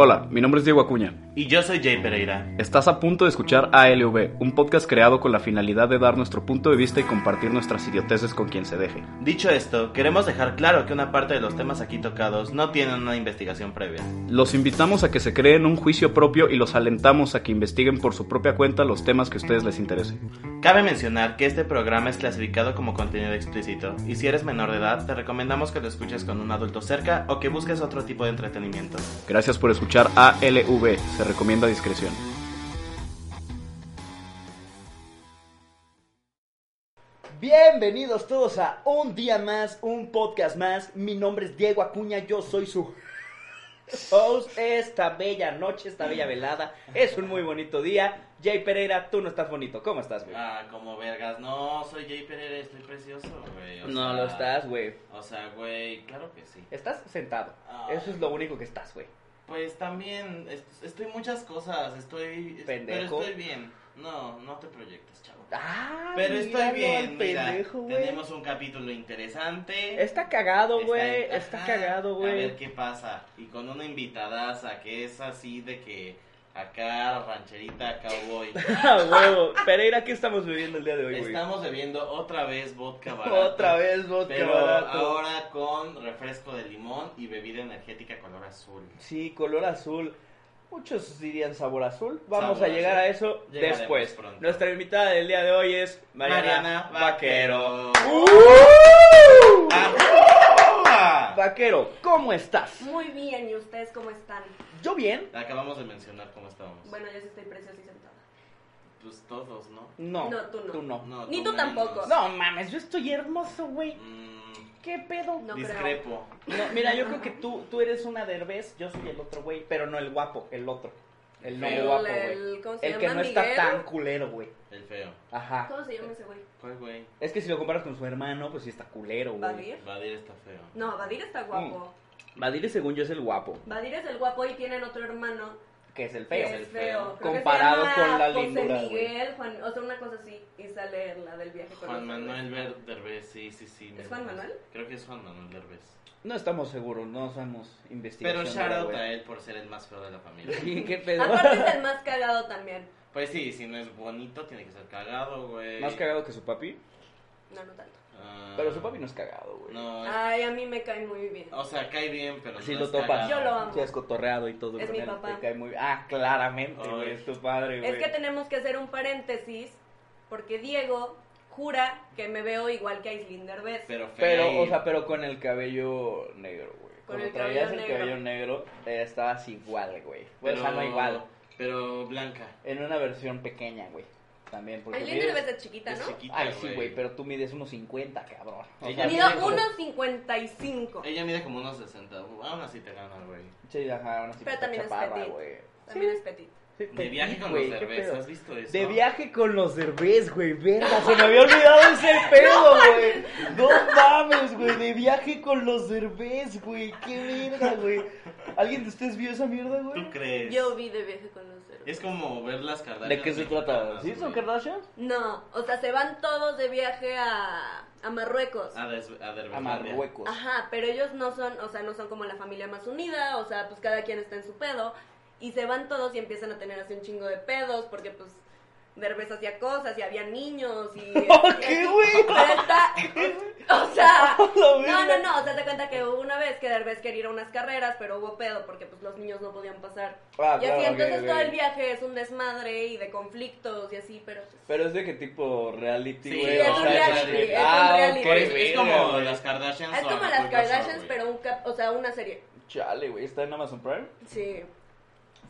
Hola, mi nombre es Diego Acuña. Y yo soy Jay Pereira. Estás a punto de escuchar ALV, un podcast creado con la finalidad de dar nuestro punto de vista y compartir nuestras idioteces con quien se deje. Dicho esto, queremos dejar claro que una parte de los temas aquí tocados no tienen una investigación previa. Los invitamos a que se creen un juicio propio y los alentamos a que investiguen por su propia cuenta los temas que a ustedes les interesen. Cabe mencionar que este programa es clasificado como contenido explícito y si eres menor de edad te recomendamos que lo escuches con un adulto cerca o que busques otro tipo de entretenimiento. Gracias por escuchar ALV, se recomienda discreción. Bienvenidos todos a un día más, un podcast más. Mi nombre es Diego Acuña, yo soy su host esta bella noche, esta bella velada. Es un muy bonito día. Jay Pereira, tú no estás bonito. ¿Cómo estás, güey? Ah, como vergas. No, soy Jay Pereira, estoy precioso, güey. o No sea, lo estás, güey. O sea, güey, claro que sí. Estás sentado. Ah. Eso es lo único que estás, güey. Pues también est- estoy muchas cosas, estoy... Pendejo. Pero estoy bien. No, no te proyectes, chavo. Ah, Pero estoy míralo bien, al mira, pendejo, güey. tenemos un capítulo interesante. Está cagado, güey. Está- Está ajá, cagado, A güey. ver qué pasa. Y con una invitadaza que es así de que acá, rancherita, cowboy. Ah, huevo. Pereira, ¿qué estamos bebiendo el día de hoy, güey? Estamos bebiendo otra vez vodka barato. Otra vez vodka Pero barato. ahora con refresco de limón y bebida energética color azul. Sí, color azul. Muchos dirían sabor azul. Vamos Sabor a llegar azul. a eso Llegaremos después. pronto. Nuestra invitada del día de hoy es Mariana Mariana, Vaquero. Vaquero. ¡Uh! ¡Ah! Vaquero, ¿cómo estás? Muy bien, ¿y ustedes cómo están? Yo bien. Acabamos de mencionar cómo estábamos. Bueno, yo sí estoy preciosa y sentada. Pues todos, ¿no? No, No, tú no. No, Ni tú tampoco. menos. No mames, yo estoy hermoso, güey. Mm, ¿Qué pedo? No creo. discrepo. No, mira, yo creo que tú, tú eres una derbez, yo soy el otro güey, pero no el guapo, el otro. El no El- guapo, el- güey. ¿cómo se El que no llama? está ¿Miguel? tan culero, güey. El feo. Ajá. ¿Cómo se llama ese güey? ¿Cuál güey? Es que si lo comparas con su hermano, pues sí está culero, güey. ¿Badir? Vadir está feo. No, Badir está guapo. Mm. Badir, según yo, es el guapo, Badir es el guapo y tienen otro hermano. que es el que feo. Es el es feo. feo. Creo que se Comparado llama con la José lindura, güey. Miguel, Juan, o sea, una cosa así. Y sale la del viaje con Juan los hombres. Manuel Ver- Derbez, sí, sí, sí. me ¿Es Juan acuerdo. Manuel? Creo que es Juan Manuel Derbez. No estamos seguros, no sabemos investigación. Pero shout out güey. a él por ser el más feo de la familia. Sí, qué pedo. Aparte es el más cagado también. Pues sí, si no es bonito, tiene que ser cagado, güey. Más cagado que su papi. No, no tanto. Ah, Pero su papi no es cagado, güey. No, es- Ay, a mí me cae muy bien. o sea, cae bien, pero Si no lo es topas. cagado. Yo lo amo. Si has cotorreado y todo. Es con mi él, papá. Te cae muy bien. Ah, claramente, Ay. güey. Es tu padre, güey. Es que tenemos que hacer un paréntesis porque Diego jura que me veo igual que a Islín Derbez. Pero feo. Pero, y- o sea, pero con el cabello negro, güey. Con Cuando el traías cabello el negro. cabello negro, eh, estabas igual, güey. Bueno, o sea, no igual. Pero blanca. En una versión pequeña, güey. También, porque. Aislinn mides- Derbez es chiquita, Es ¿no? chiquita, Ay, sí, güey, pero tú mides unos 50, cabrón. O Ella sea, mide como- Mido 1.55. Ella mide como unos 60. Uh, Aún así te gana, güey. Sí, ajá, una Pero también es chaparra, petit. güey. También es petit. Sí, De petit, viaje con güey, los qué Derbez, pedo. ¿has visto eso? De viaje con los derbés, güey, verga, se me había olvidado ese pedo, güey. No mames, güey, de viaje con los derbés, güey, qué verga, güey. ¿Alguien de ustedes vio esa mierda, güey? ¿Tú crees? Yo vi de viaje con los Derbez. Es como ver las Kardashian. ¿De qué se trata? mexicanas, ¿Sí son güey. Kardashian? No, o sea, se van todos de viaje a, a Marruecos. A, des- a Derbez. A pues. Marruecos. Ajá, pero ellos no son, o sea, no son como la familia más unida, o sea, pues cada quien está en su pedo. Y se van todos y empiezan a tener así un chingo de pedos, porque pues Derbez hacía cosas y había niños y... ¿Qué, güey? Pero está... O sea... La No, verga. no, no, o sea, te cuenta que hubo una vez que Derbez quería ir a unas carreras, pero hubo pedo porque pues los niños no podían pasar. Ah, claro, y así, ok, entonces ok. todo el viaje es un desmadre y de conflictos y así, pero... pues, Pero es de qué tipo reality, Sí, güey. es o un sea, reality, de- es un ah, reality. ok, Por eso es verga, como güey. las Kardashians. Es o como las Acapulco Kardashians, Shore, güey. pero un cap, o sea, una serie. Chale, güey, ¿está en Amazon Prime? Sí.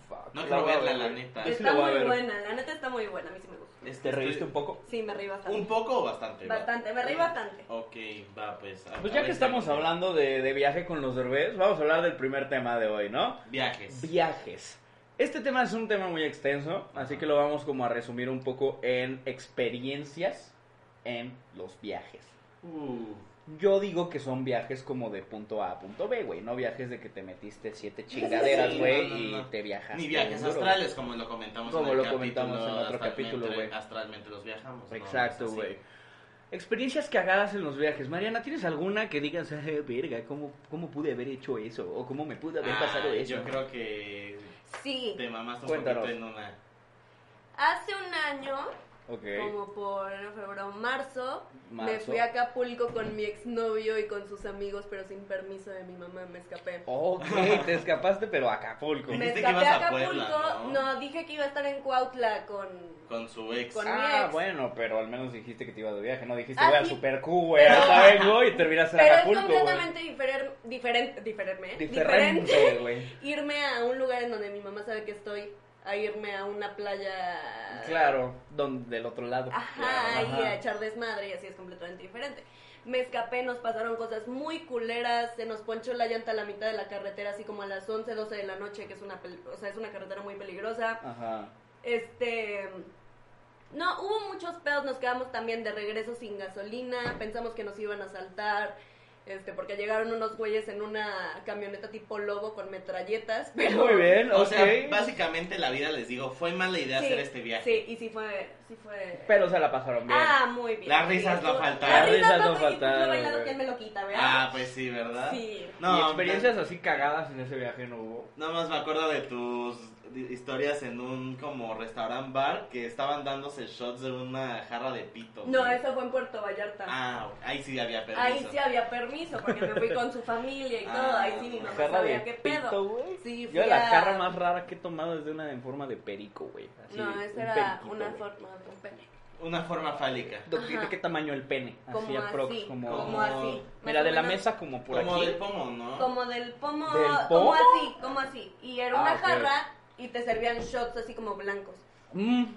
Fuck, No la quiero voy a verla, ver, la güey. neta. Yo sí la Está voy a muy ver. buena, la neta está muy buena, a mí sí me gusta. Este, ¿Te reíste estoy- un poco? Sí, me reí bastante. ¿Un poco o bastante? Bastante, me reí bastante. Ok, va, pues. a- Pues a ya que ver, estamos ya. hablando de, de viaje con los derbés, vamos a hablar del primer tema de hoy, ¿no? Viajes. Viajes. Este tema es un tema muy extenso, así que lo vamos como a resumir un poco en experiencias en los viajes. Uh, Yo digo que son viajes como de punto A a punto B, güey, no viajes de que te metiste siete chingaderas, Sí, güey, no, no, no. y te viajas. ni viajes astrales, como lo comentamos Como en el lo capítulo, comentamos en otro astralmente- capítulo, güey. Astralmente los viajamos. ¿no? Exacto, Es así. güey. Experiencias cagadas en los viajes. Mariana, ¿tienes alguna que digas, "Eh, verga, ¿cómo, cómo pude haber hecho eso? ¿O cómo me pude haber pasado Ah, eso? Yo creo que Sí. te mamaste un Cuéntanos. poquito en una. Hace un año, Ok. como por enero, febrero, marzo, me Marzo. fui a Acapulco con mi exnovio y con sus amigos, pero sin permiso de mi mamá me escapé. Ok, te escapaste, pero a Acapulco. Me Dijiste que escapé a ibas a Acapulco, Puebla, ¿no? ¿no? dije que iba a estar en Cuautla con... Con su ex. Con- mi Ah, ex. bueno, pero al menos dijiste que te ibas de viaje, no dijiste Ah, voy a sí. Super Q, güey, ahorita vengo y terminaste en Pero es Acapulco, güey. completamente diferente, diferente, difererme, ¿eh? Diferente, güey. irme a un lugar en donde mi mamá sabe que estoy, a irme a una playa... Claro, don- del otro lado. Ajá, Claro, y ajá. a echar desmadre y así es completamente diferente. Me escapé, nos pasaron cosas muy culeras, se nos ponchó la llanta a la mitad de la carretera, así como a las 11, 12 de la noche, que es una, pel- o sea, es una carretera muy peligrosa. Ajá. Este... No, hubo muchos pedos, nos quedamos también de regreso sin gasolina, pensamos que nos iban a saltar, este, porque llegaron unos güeyes en una camioneta tipo lobo con metralletas, pero... Muy bien, O ok. sea, básicamente la vida les digo, fue mala idea Sí, hacer este viaje. Sí, y sí fue, sí fue... Pero se la pasaron bien. Ah, muy bien. Las risas Sí, no tú- faltaron. Las risas no faltaron, faltaron. Yo he bailado güey. quién me lo quita, ¿verdad? Ah, pues sí, ¿verdad? Sí. y No, experiencias así cagadas en ese viaje no hubo. Nada más me acuerdo de tus di- historias en un como restaurant bar que estaban dándose shots de una jarra de pito. No, güey. eso fue en Puerto Vallarta. Ah, ahí sí había permiso. Ahí sí había permiso porque me fui con su familia y Ah, todo. Ahí sí mi mamá Jarra de sabía qué pedo. pito, güey. Sí, fui Yo la a- jarra más rara que he tomado es de una en forma de perico, güey. Así, No, un esa era periquito, una güey. forma de un pene. Una forma fálica. Doc, ¿De Ajá. qué tamaño el pene? Así, Como aprox, así. como... Como así. Mira, más de o la menos. mesa como por como aquí. del pomo, ¿no? Como del pomo. ¿Del pomo? Como así, como así. Y era Ah, una ok. jarra y te servían shots así como blancos. Mm.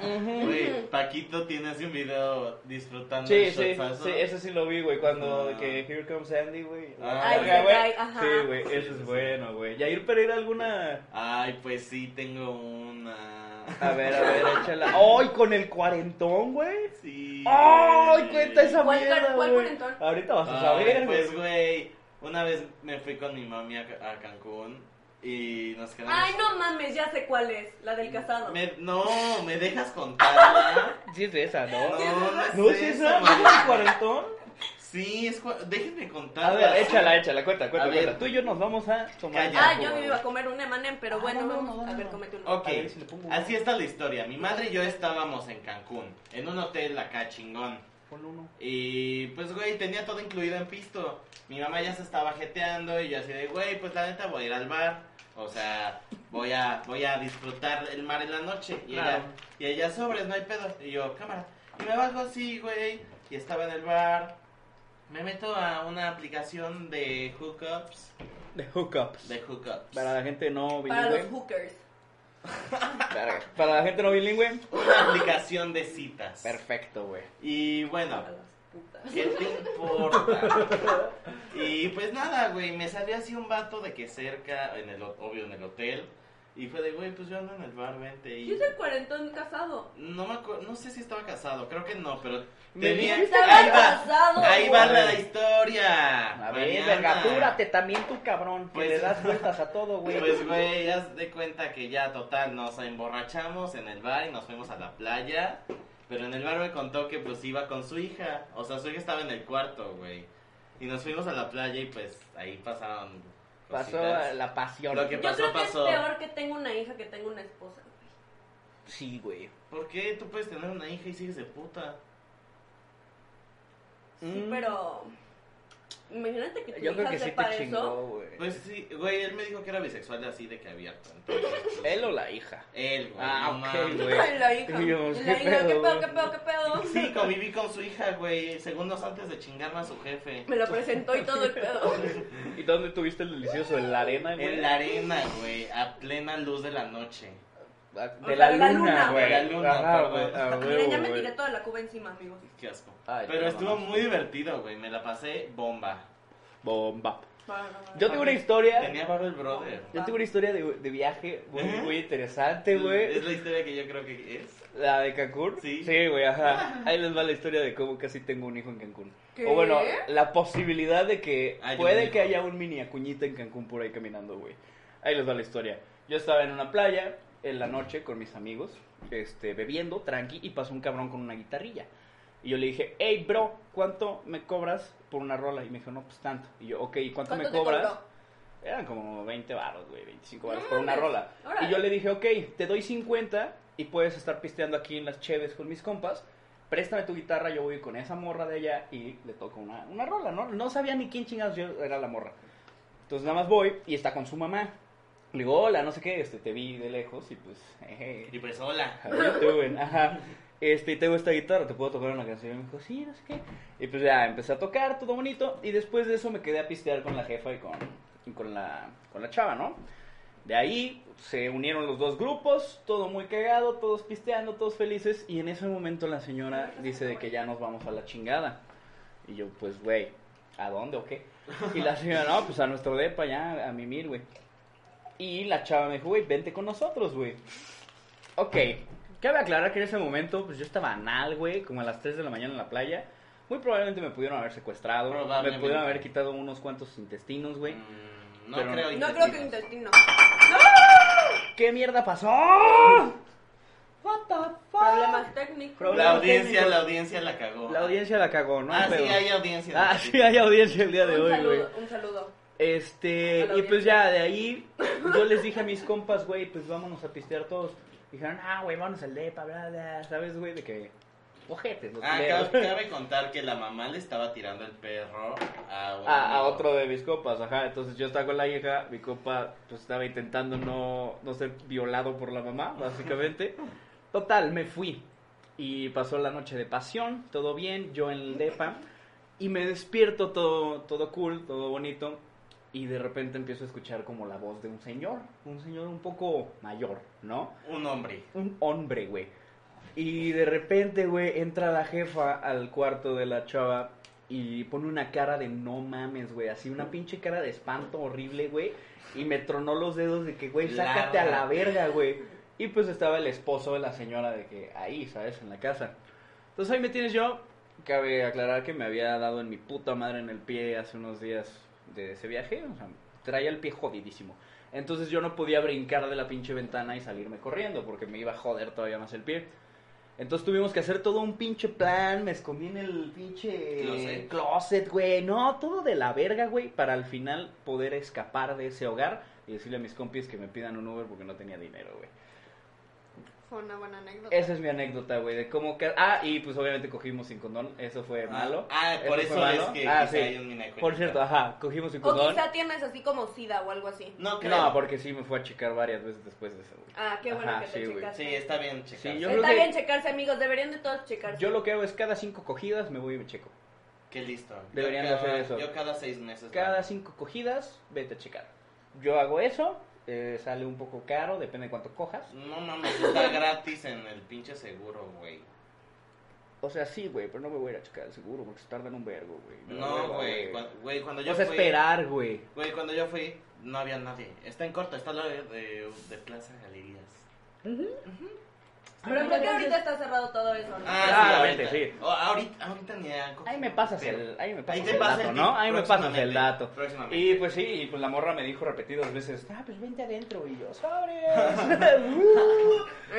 Güey, Paquito tiene así un video disfrutando Sí, el sí, shotsazo. sí, eso sí lo vi, güey, cuando Ah. que Here Comes Andy, güey. Ah. Ay, Ay, güey, se güey. cae, ajá. Sí, güey, Sí, eso sí, es sí. bueno, güey. Yair Pereira, ¿alguna...? Ay, pues sí, tengo una. A ver, a ver, échala. ¡Ay, con el cuarentón, güey! Sí. ¡Ay, cuenta esa ¿Cuál cuar- mierda, cuál güey! cuarentón? Ahorita vas a Ay, saber, güey. Pues, güey, una vez me fui con mi mami a, Ca- a Cancún y nos quedamos. Ay, no mames, ya sé cuál es. La del casado. Me- no, me dejas contarla. Sí es esa, ¿no? No, no, ¿No es esa? ¿No es el cuarentón? Sí, es cua- déjenme contarla. A ver, échala, échala, cuenta, cuenta, Ah, A ver. cuenta. Tú y yo nos vamos a tomar... Calla. Ah, yo me iba a comer un emanem, pero Ah, bueno, no, no, vamos no, a no, ver, no. cómete uno. Ok, A ver si le pongo uno. así está la historia. Mi madre y yo estábamos en Cancún, en un hotel acá chingón. Ponle uno. Y pues, güey, tenía todo incluido en pisto. Mi mamá ya se estaba jeteando y yo así de, güey, pues la neta voy a ir al bar. O sea, voy a, voy a disfrutar el mar en la noche. Y, Claro. ella, y ella sobres, no hay pedo. Y yo, cámara. Y me bajo así, güey. Y estaba en el bar. Me meto a una aplicación de hookups. De hookups. De hookups. Para la gente no Para los bilingüe. hookers. Verga. Para la gente no bilingüe. Una aplicación de citas. Perfecto, güey. Y bueno, Para las putas. ¿Qué te importa? Y pues nada, güey, me salió así un vato de que cerca, en el, ho- obvio en el hotel, y fue de, güey, pues yo ando en el bar, vente. Yo Y soy cuarentón casado. no me acuerdo, no sé si estaba casado, creo que no, pero Me tenía... dijiste Ahí que va, casado, ahí va güey. la historia. A ver, Mariana. verga, apúrate también tú, cabrón. Que Pues- le das vueltas a todo, güey. Pues, güey, haz de cuenta que ya, total, nos emborrachamos en el bar y nos fuimos a la playa. Pero en el bar me contó que, pues, iba con su hija. O sea, su hija estaba en el cuarto, güey. Y nos fuimos a la playa y, pues, ahí pasaron Pasó cositas. la pasión. Lo que- Yo pasó, creo que pasó. es peor que tengo una hija que tengo una esposa. güey. Sí, güey. ¿Por qué tú puedes tener una hija y sigues de puta? Sí, Mm. pero. Imagínate que tu Yo creo hija que sí sepa te eso. chingó, güey. Pues, sí, güey, él me dijo que era bisexual así de que abierto. Entonces, pues, Él o la hija. Él, güey. Ah, no ok, mames. güey. Ay, la hija. Dios, Y qué la hija, pedo, qué güey. pedo, qué pedo, qué pedo. Sí, conviví con su hija, güey, segundos antes de chingarme a su jefe. Me lo presentó y todo el pedo. ¿Y dónde tuviste el delicioso? ¿En la arena, güey? En la arena, güey, a plena luz de la noche. Ah, O De sea, la de luna, la luna. güey. De la luna, Ajá, perdón. güey. a Miren, ya huevo, me güey. tiré toda la cuba encima, amigos. Qué asco. Ay, Pero no, estuvo mames. muy divertido, güey. Me la pasé bomba. Bomba. Para, para. Yo tengo una historia. Tenía barro el brother. Yo tengo una historia de, de viaje muy, Ajá. muy interesante, Este güey. Es la historia que yo creo que es. ¿La de Cancún? Sí. Sí, güey, ajá. Ahí les va la historia de cómo casi tengo un hijo en Cancún. ¿Qué? O bueno, la posibilidad de que Haya un puede hijo. que haya un mini acuñita en Cancún por ahí caminando, güey. Ahí les va la historia. Yo estaba en una playa en la noche con mis amigos, este, bebiendo, tranqui, y pasó un cabrón con una guitarrilla. Y yo le dije, hey, bro, ¿cuánto me cobras por una rola? Y me dijo, no, pues tanto. Y yo, ok, ¿y cuánto, ¿Cuánto me te cobras? cobró? Eran como 20 baros, güey, 25 No baros por una mames. rola. Órale. Y yo le dije, ok, te doy 50 y puedes estar pisteando aquí en las cheves con mis compas. Préstame tu guitarra, yo voy con esa morra de allá y le toco una, una rola, ¿no? No sabía ni quién chingados yo era la morra. Entonces nada más voy y está con su mamá. Le digo, hola, no sé qué, este, te vi de lejos y pues, jeje, Y pues, hola. a YouTube, ajá. Este, y tengo esta guitarra, ¿te puedo tocar una canción? Y me dijo, sí, no sé qué. Y pues ya empecé a tocar, todo bonito. Y después de eso me quedé a pistear con la jefa y con, y con, la, con la chava, ¿no? De ahí se unieron los dos grupos, todo muy cagado, todos pisteando, todos felices. Y en ese momento la señora dice de que ya nos vamos a la chingada. Y yo, pues, güey, ¿a dónde o qué? Y la señora, no, pues a nuestro depa ya, a mimir, güey. Y la chava me dijo, güey, vente con nosotros, güey. Ok, cabe aclarar que en ese momento, pues yo estaba anal, güey, como a las 3 de la mañana en la playa. Muy probablemente me pudieron haber secuestrado, me Probablemente. pudieron haber quitado unos cuantos intestinos, güey. Mm, no Pero- creo No creo que intestinos. intestino. ¿Qué mierda pasó? What the fuck? Problemas técnicos. Problemas. La audiencia, la audiencia la cagó. La audiencia la cagó, ¿no? Ah, sí, Pero- hay audiencia. Ah, sí, hay audiencia el día de un hoy, güey. saludo, un saludo. A Este, la y pues ya de ahí yo les dije a mis compas, güey, pues vámonos a pistear todos. Dijeron, ah, güey, vámonos al depa, bla, bla, ¿sabes, güey? De que, ojetes, los Ah, culeros. cabe, cabe contar que la mamá le estaba tirando el perro a, un Ah, a, a amigo. otro de mis copas, ajá. Entonces yo estaba con la hija, mi copa pues estaba intentando no, no ser violado por la mamá, básicamente. Total, me fui. Y pasó la noche de pasión, todo bien, yo en el depa. Y me despierto todo, todo cool, todo bonito. Y de repente empiezo a escuchar como la voz de un señor, un señor un poco mayor, ¿no? Un hombre. un hombre, güey. Y de repente, güey, entra la jefa al cuarto de la chava y pone una cara de no mames, güey. Así una pinche cara de espanto horrible, güey. Y me tronó los dedos de que, güey, sácate a la verga, güey. Y pues estaba el esposo de la señora de que ahí, ¿sabes? En la casa. Entonces ahí me tienes yo. Cabe aclarar que me había dado en mi puta madre en el pie hace unos días de ese viaje. O sea, traía el pie jodidísimo. Entonces yo no podía brincar de la pinche ventana y salirme corriendo porque me iba a joder todavía más el pie. Entonces tuvimos que hacer todo un pinche plan, me escondí en el pinche Closet. closet, güey, no, todo de la verga, güey, para al final poder escapar de ese hogar y decirle a mis compis que me pidan un Uber porque no tenía dinero, güey. Fue una buena anécdota. Esa es mi anécdota, güey, de cómo que... Ah, y pues obviamente cogimos sin condón, eso fue malo. Ah, por fue eso, es malo. que Ah, quizá sí. hay un minacuento. Por cierto, ajá, cogimos sin O condón. quizá tienes así como sida o algo así. No creo. No, porque sí me fue a checar varias veces después de eso, güey. Ah, qué bueno Ajá, que te sí, güey. checaste. Sí, está bien checar. Sí, yo creo Está que- bien checarse, amigos. Deberían de todos checarse. Yo lo que hago es cada cinco cogidas me voy y me checo. Qué listo. Yo Deberían de cada, hacer eso. Yo cada seis meses. Cada ¿no? cinco cogidas, vete a checar. Yo hago eso, eh, sale un poco caro, depende de cuánto cojas. No mames, está gratis en el pinche seguro, güey. O sea, sí, güey, pero no me voy a ir a checar el seguro porque se tardan un vergo, güey. Me da No, hueva, güey. cuan- Güey, cuando yo Vas a fui... esperar, güey. Güey, cuando yo fui, no había nadie. Está en corto, está al lado de, de, de Plaza Galerías. Pero creo que ahorita está cerrado todo eso, ¿no? Ah, Claramente, sí. ahorita. O- ahorita, ahorita ni han cogido. Ahí me pasas Pero- el, ahí me Ahí pasas te el pasa dato, el ¿no? tip Ahí me pasas el próximamente, dato. próximamente. Y pues sí, y pues la morra me dijo repetidas veces, ah, pues vente adentro, y yo, Uh. sobre.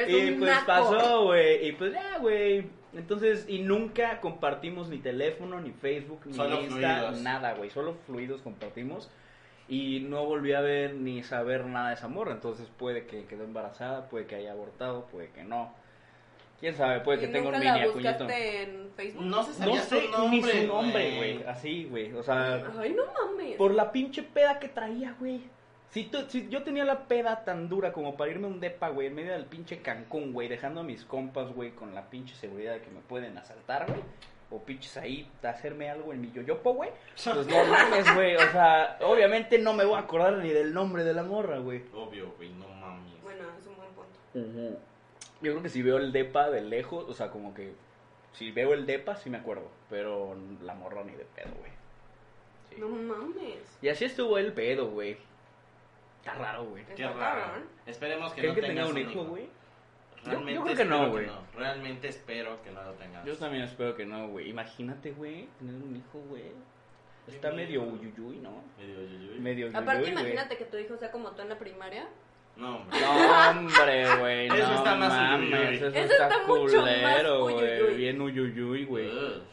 Eres Y un pues naco. pasó, güey. Y pues ya, güey. Entonces, y nunca compartimos ni teléfono, ni Facebook, ni Solo Insta, fluidos. nada, güey. Solo fluidos compartimos. Y no volví a ver ni saber nada de esa morra. Entonces, puede que quedó embarazada, puede que haya abortado, puede que no. Quién sabe, puede que ¿Y tenga un nunca mini la acuñito. buscaste en Facebook? No se sabía No sé su nombre, ni su nombre, güey. güey. Así, güey. O sea, Ay, no mames. por la pinche peda que traía, güey. Si, tú- si yo tenía la peda tan dura como para irme a un depa, güey, en medio del pinche Cancún, güey, dejando a mis compas, güey, con la pinche seguridad de que me pueden asaltar, güey, o pinches ahí, hacerme algo en mi yoyopo, güey, pues no mames, güey, o sea, obviamente no me voy a acordar ni del nombre de la morra, güey. Obvio, güey, no mames. Bueno, es un buen punto. Yo creo que si veo el depa de lejos, o sea, como que si veo el depa sí me acuerdo, pero la morra ni de pedo, güey. Sí. No mames. Y así estuvo el pedo, güey. Está raro, güey. Qué raro. Esperemos que no ¿Creen que tenga tengas un hijo, güey? Realmente Yo- yo creo que no, espero güey. Realmente espero que no lo tengas. Yo también espero que no, güey. Imagínate, güey, tener un hijo, güey. Está Qué medio miedo. uyuyuy, ¿no? Medio yuyuy. Medio uyuyuy, Aparte, güey. imagínate que tu hijo sea como tú en la primaria. No, hombre. No, hombre, güey. Eso no está más mames, uyuyuy. Eso, Eso está, está mucho más culero, güey. uyuyuy. Bien uyuyuy, güey. Ugh.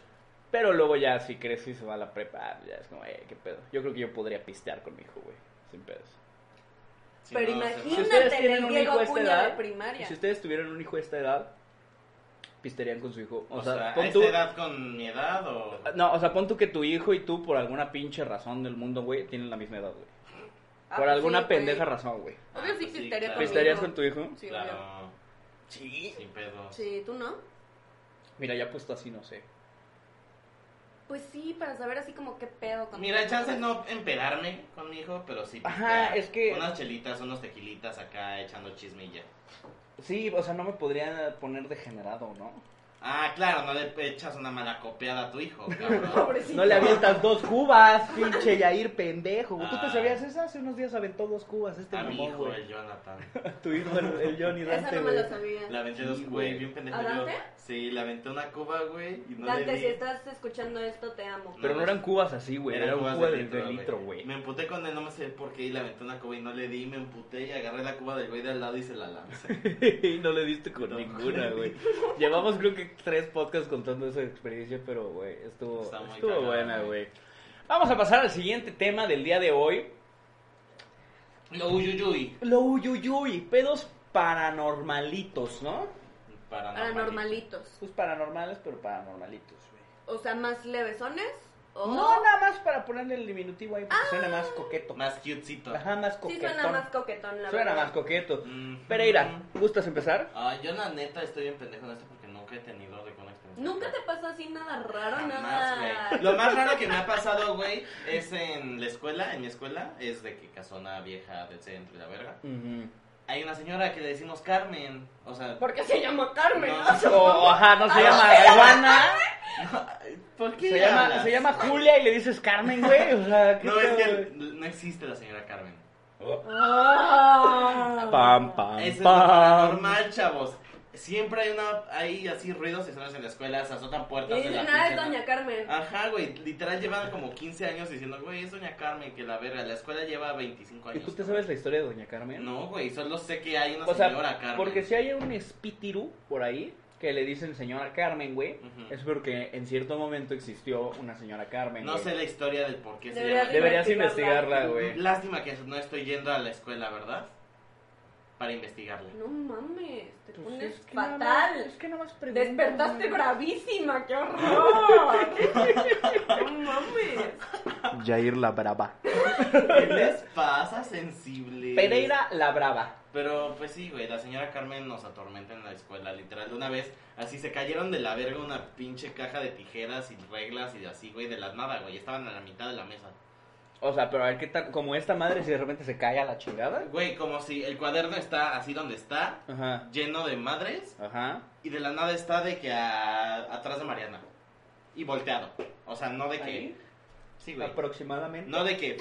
Pero luego ya si creces y se va a la prepa, ah, ya es como, eh, qué pedo. Yo creo que yo podría pistear con mi hijo, güey. Sin pedos. Sí, Pero no, se- Si imagínate ustedes en tienen el un Diego hijo a esta Acuña de edad, primaria. si ustedes tuvieran un hijo a esta edad, pistearían con su hijo. O, O sea, sea, ¿a pon esta tú- edad con mi edad o...? No, o sea, pon tú que tu hijo y tú, por alguna pinche razón del mundo, güey, tienen la misma edad, güey. Ah, por pues alguna sí, güey. pendeja razón, güey. Obvio sí Ah, pues sí, pistaría claro. con mi ¿Pistearías hijo. con tu hijo? Sí, obvio. claro, Sí. sin pedo. Sí, ¿tú no? Mira, ya puesto así, no sé. Pues sí, para saber así como qué pedo. con- pues, Mira, chance no empedarme con mi hijo, pero sí Ajá, pistear. es que- Unas chelitas, unos tequilitas acá echando chismilla. Sí, o sea, no me podría poner degenerado, ¿no? Ah, claro, no le echas una mala copiada a tu hijo, cabrón. Pobrecito. No le avientas dos cubas, pinche Yair, pendejo. ¿Tú te Ah. sabías eso? Hace unos días aventó dos cubas este a mi mamón, hijo, güey. el Jonathan. Tu hijo, el, el Johnny Esa Dante, no me la güey. sabía. Le aventé Sí, dos, güey, güey. bien pendejo. ¿A yo. Dante? Sí, le aventé una cuba, güey, y no le Dante, di. si estás escuchando esto, te amo. Pero no eran cubas así, güey. Era un cubas cuba de, de litro, güey. Me emputé con él, no me sé por qué, y le aventé una cuba y no le di, me emputé y agarré la cuba del güey de al lado y se la lancé. Y no le diste con No. ninguna, güey. Llevamos creo que tres podcasts contando esa experiencia, pero, güey, estuvo, Está muy estuvo cagada, buena, güey. güey. Vamos a pasar al siguiente tema del día de hoy. Lo uyuyuy. Lo uyuyuy, pedos paranormalitos, ¿no? Paranormalito. Paranormalitos. Pues paranormales, pero paranormalitos, güey. O sea, más levesones. O... No, nada más para ponerle el diminutivo ahí, porque suena más coqueto. Más cutecito. Ajá, más Ah. Sí, coquetón. suena más coquetón, la Suena verdad. más coqueto. Mm. Pereira, ¿gustas empezar? Ah, yo la neta estoy bien pendejo en esto porque nunca he tenido de con experiencia. Nunca te pasó así nada raro, Jamás, nada. güey. Lo más raro que me ha pasado, güey, es en la escuela, en mi escuela, es de que casona vieja del centro y la verga. Mm-hmm. Hay una señora que le decimos Carmen, o sea, ¿Por qué se llama Carmen? No. O sea, O, ajá, no se Ay, llama no sé, Juana, ¿por qué se llama, hablas? se llama Julia y le dices Carmen, güey. O sea, ¿qué No, es pedo, que güey? el- no existe la señora Carmen. Oh. Ah. Pam, pam, Eso es lo pam. normal, chavos. Siempre hay una hay así ruidos y sonas en la escuela, se azotan Y puertas de la dice, nada es pinche- Doña Carmen. Ah. Ajá, güey, literal llevan como 15 años diciendo, güey, es Doña Carmen, que la verga, la escuela lleva 25 ¿Y años. tú te sabes la historia de Doña Carmen? No, güey, solo sé que hay una O sea, señora Carmen. porque si hay un espíritu por ahí que le dicen señora Carmen, güey, Ujú. es porque en cierto momento existió una señora Carmen. No güey. sé la historia del por qué se Deberías llama. Deberías investigarla. investigarla, güey. Lástima que no estoy yendo a la escuela, ¿verdad? Para investigarla. No mames, te Pues pones es que nada más- fatal. es que nada más pregunto, Despertaste güey. bravísima, qué horror. no mames. Jair la brava. ¿Qué les pasa, sensible? Pereira la brava. Pero pues sí, güey, la señora Carmen nos atormenta en la escuela, literal. De una vez, así se cayeron de la verga una pinche caja de tijeras y reglas y así, güey, de las nada, güey. Estaban a la mitad de la mesa. O sea, pero a ver qué tal, como esta madre si de repente se cae a la chingada. Güey, como si el cuaderno está así donde está, Ajá. lleno de madres, Ajá. y de la nada está de que a- atrás de Mariana. Y volteado. O sea, no de que. Ahí. Sí, güey. Aproximadamente. No de que.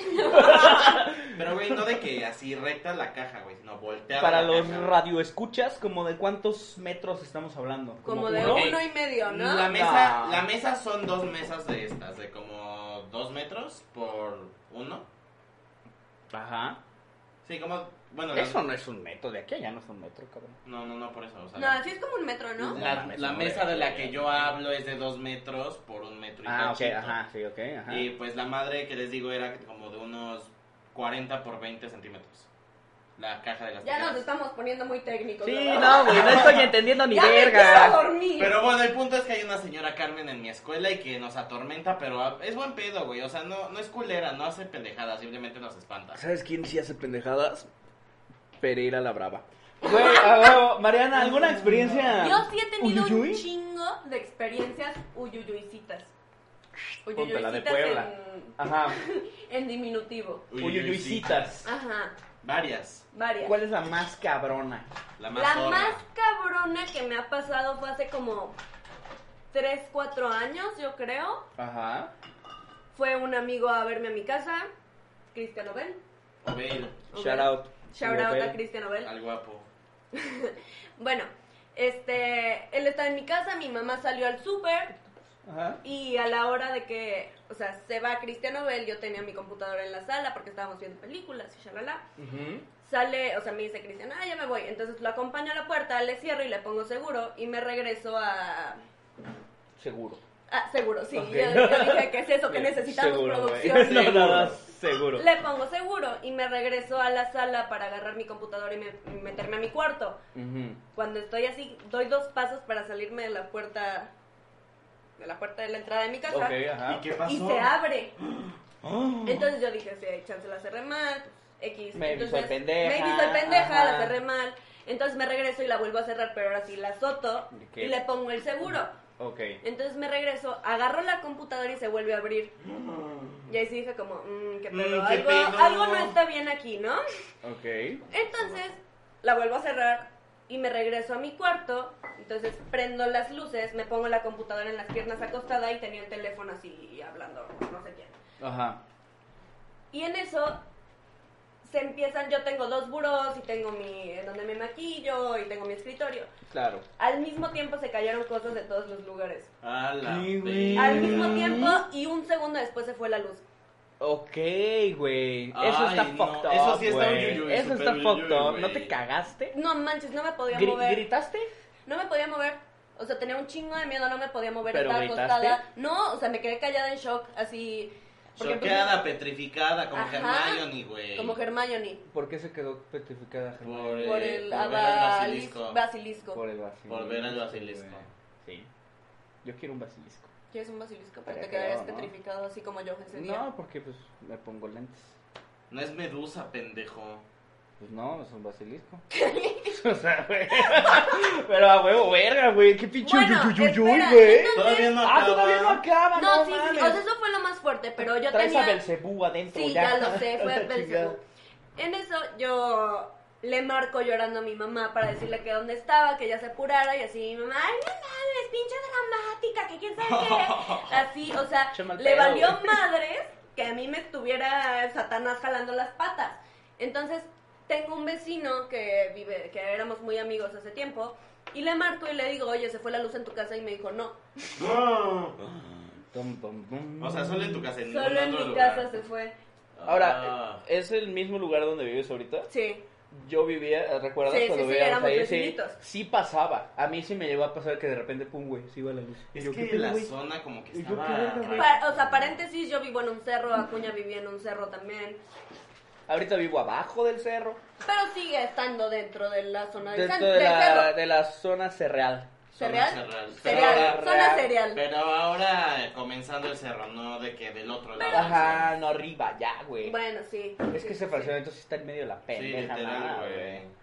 Pero, güey, no de que así recta la caja, güey, sino volteada. Para la los caja. radioescuchas, como de cuántos metros estamos hablando. Como de uno? Ok. uno y medio, ¿no? La mesa, No. la mesa son dos mesas de estas, de como dos metros por uno. Ajá. Sí, como, bueno, la- Eso no es un metro, de aquí a allá no es un metro, cabrón. no, no, no, por eso, o sea, No, la, así es como un metro, ¿no? la- No mames, la no, mesa de la güey. que yo hablo es de dos metros por un metro y Ah, ok, cachito. ajá, sí, ok, ajá. Y pues la madre que les digo era como de unos 40 por 20 centímetros. La caja de las Ya nos tijeras. estamos poniendo muy técnicos. Sí, ¿verdad? no, güey, no estoy entendiendo ni ya Me quiero verga. dormir. Pero bueno, el punto es que hay una señora Carmen en mi escuela y que nos atormenta, pero ah, es buen pedo, güey. O sea, no, no es culera, no hace pendejadas, simplemente nos espanta. ¿Sabes quién sí hace pendejadas? Pereira la brava. Güey, a huevo. Mariana, ¿alguna experiencia? Yo sí he tenido Uyuyuy? un chingo de experiencias uyuyuicitas. Póntela de Uyuyuicitas Puebla. en, Ajá. en diminutivo. Uyuyuicitas. Ajá, Varias. varias. ¿Cuál es la más cabrona? La más La zorra. más cabrona que me ha pasado fue hace como 3, 4 años, yo creo. Ajá. Fue un amigo a verme a mi casa, Cristian Obel. Obel, Shout out. Shout out Obel. a Cristian Obel. al guapo. Bueno, este, él estaba en mi casa, mi mamá salió al súper Ajá. y a la hora de que, O sea, se va Cristiano Bell, yo tenía mi computadora en la sala porque estábamos viendo películas y shalala. Sale, o sea, me dice Cristian, ah, ya me voy. Entonces lo acompaño a la puerta, le cierro y le pongo seguro y me regreso a... Seguro. Ah, seguro, sí. Ok. Yo, yo dije, ¿qué es eso que necesitamos producción? güey. No, nada más, seguro. Le pongo seguro y me regreso a la sala para agarrar mi computadora y me- meterme a mi cuarto. Ujú. Cuando estoy así, doy dos pasos para salirme de la puerta de la puerta de la entrada de mi casa Ok, ajá. ¿Y qué pasó? Oh. y se abre. Ah. Entonces yo dije, sí, hay chance la cerré mal, X. Maybe Entonces, soy pendeja, Maybe soy pendeja, ajá. la cerré mal. Entonces me regreso y la vuelvo a cerrar, pero ahora sí la azoto Ok. y le pongo el seguro. Ok. Entonces me regreso, agarro la computadora y se vuelve a abrir. Y ahí sí dije como, mm, qué pedo, Mm, qué algo, pedo. algo no está bien aquí, ¿no? Ok. Entonces la vuelvo a cerrar y me regreso a mi cuarto. Entonces prendo las luces, me pongo la computadora en las piernas acostada y tenía el teléfono así hablando, no sé quién. Ajá. Y en eso se empiezan, yo tengo dos buros y tengo mi, en donde me maquillo y tengo mi escritorio. Claro. Al mismo tiempo se cayeron cosas de todos los lugares. A la Sí, güey. verga. Al Mm. mismo tiempo y un segundo después se fue la luz. Ok, güey. Eso Ay, está no, fucked up. eso sí está un güey. yuyuy, Eso super está fucked yuyuy, up. güey. ¿No te cagaste? No manches, no me podía Gri- mover. ¿Gritaste? No me podía mover. O sea, tenía un chingo de miedo, no me podía mover, ¿Pero estaba gritaste? acostada. No, o sea, me quedé callada en shock, así. porque pues, Choqueada, petrificada, como Ajá. Hermione, güey. como Hermione. ¿Por qué se quedó petrificada Germán? Eh, Por el por ver al abas- basilisco. basilisco. Por el basilisco. Por ver al basilisco. Sí. Yo quiero un basilisco. ¿Quieres un basilisco? Pero Estaría te quedarías cagado, ¿no? petrificado, así como yo ese día. No, porque pues me pongo lentes. No es medusa, pendejo. Pues no, es un basilisco. o sea, güey. Pero a huevo, verga, güey. Qué pinche Bueno, yuyuyuyuy, espera, güey. entonces- Todavía no Ah, acaba. todavía no acaba, no, No, sí, sí, mames. o sea, eso fue lo más fuerte, pero yo Traes a tenía... Belcebú adentro Sí, ya. ya lo sé, fue Está Belcebú. chingado. En eso yo le marco llorando a mi mamá para decirle que dónde estaba, que ya se apurara y así mi mamá, ay, no mames, pinche dramática, que quién sabe qué. Así, o sea, Che mal le pedo, valió güey. madres que a mí me estuviera Satanás jalando las patas. Entonces, tengo un vecino que vive, que éramos muy amigos hace tiempo, y le marco y le digo, oye, se fue la luz en tu casa y me dijo, no, Dum, dum, dum. O sea, solo en tu casa, en solo ningún en otro mi lugar. casa se fue. Ahora, Ah. ¿es el mismo lugar donde vives ahorita? Sí. Yo vivía, eh, ¿recuerdas Sí, cuando sí, sí, vivíamos éramos ahí? Sí, vecinitos. sí pasaba. A mí sí me llegó a pasar que de repente, pum, güey, se iba la luz. Y Es yo, ¿qué que pedo, la güey? zona como que ¿Y yo estaba... qué verga, güey? Pa- o sea, paréntesis, yo vivo en un cerro, Acuña vivía en un cerro también, Ahorita vivo abajo del cerro, pero sigue estando dentro de la zona del, dentro cerro de del la, cerro. de la zona cerreal. Zona ¿Cereal? cerrada. Cereal, Cerro zona real. cereal. Pero ahora eh, comenzando el cerro, no de que del otro lado. Ajá, no arriba, ya, güey. Bueno, sí. es que sí, ese sí. fraccionamiento sí está en medio de la Sí, pendeja, literal, nada, güey.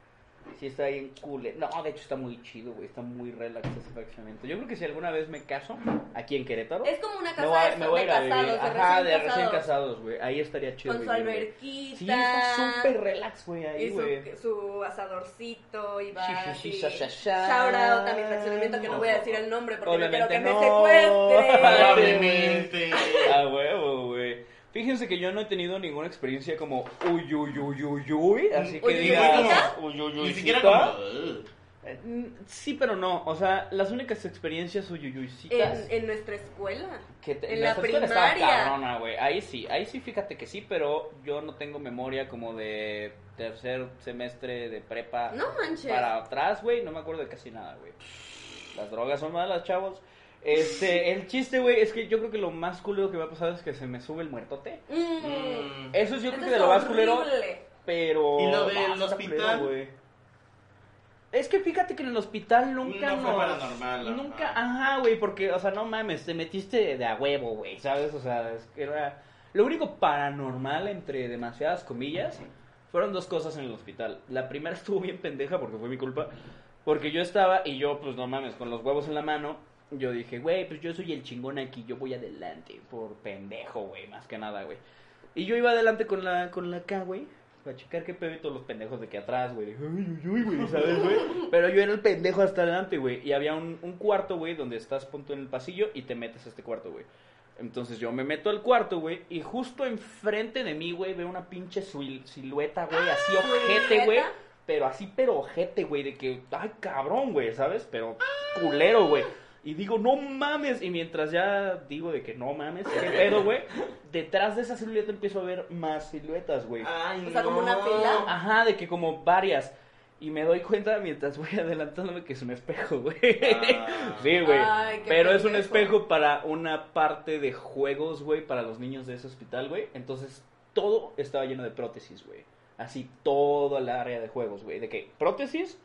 Sí, está bien cool. eh. No, de hecho está muy chido, güey. Está muy relax ese fraccionamiento. Yo creo que si alguna vez me caso, aquí en Querétaro, Es como una me casa voy, a- de, me voy a de ir a vivir. casados, de Ajá, recién de recién casados, casados, güey. Ahí estaría chido. con su vivir, güey. alberquita. Sí, está súper relax, güey, ahí, y güey. su, su asadorcito y va Sí, sí, sí, así. sha, sha, sha. Shout out a mi fraccionamiento que no voy a decir el nombre porque no quiero que me Obviamente no. secuestre. Probablemente. A huevo, güey. Fíjense que yo no he tenido ninguna experiencia como uy, uy, uy, uy, uy, así que Uy, uy, digas uy, uy, Ni uy, siquiera cita. como... "Ugh". Eh, mm, Sí, pero no. O sea, las únicas experiencias uy, uy, uy, citas En, en nuestra escuela. que te- en la nuestra escuela estaba primaria. cabrona, güey. Ahí sí, ahí sí, fíjate que sí, pero yo no tengo memoria como de tercer semestre de prepa. No manches. para atrás, güey, no me acuerdo de casi nada, güey. Las drogas son malas, chavos. Este, el chiste, güey, es que yo creo que lo más culero que me ha pasado es que se me sube el muertote. Mm. Mm. Eso es yo creo Eso que de es lo más culero, horrible. pero... ¿Y lo del Ah, está hospital? culero, güey. es que fíjate que en el hospital nunca No fue nos- paranormal, ajá. Nunca, ajá, güey, porque, o sea, no mames, te metiste de a huevo, güey, ¿sabes? O sea, es que era... Lo único paranormal, entre demasiadas comillas, fueron dos cosas en el hospital. La primera estuvo bien pendeja porque fue mi culpa. Porque yo estaba y yo, pues no mames, con los huevos en la mano, yo dije, güey, pues yo soy el chingón aquí, yo voy adelante, por pendejo, güey, más que nada, güey. Y yo iba adelante con la, con la K, güey, para checar qué pedo y todos los pendejos de que atrás, güey. Uy, uy, uy, güey, ¿sabes, güey? Pero yo era el pendejo hasta adelante, güey. Y había un, un cuarto, güey, donde estás punto en el pasillo y te metes a este cuarto, güey. Entonces yo me meto al cuarto, güey, y justo enfrente de mí, güey, veo una pinche sil- silueta, güey, así ojete, güey. ¿silueta? Pero así, pero ojete, güey, de que, ay, cabrón, güey, ¿sabes? Pero culero, güey. Y digo, no mames. Y mientras ya digo de que no mames, qué pedo, güey. Detrás de esa silueta empiezo a ver más siluetas, güey. Ay, O sea, como una no. pila. Ajá, de que como varias. Y me doy cuenta mientras voy adelantándome que es un espejo, güey. Ah. Sí, güey. Ay, qué Pero es un pendejo. espejo para una parte de juegos, güey, para los niños de ese hospital, güey. Entonces todo estaba lleno de prótesis, güey. Así toda la área de juegos, güey. ¿De qué? Prótesis,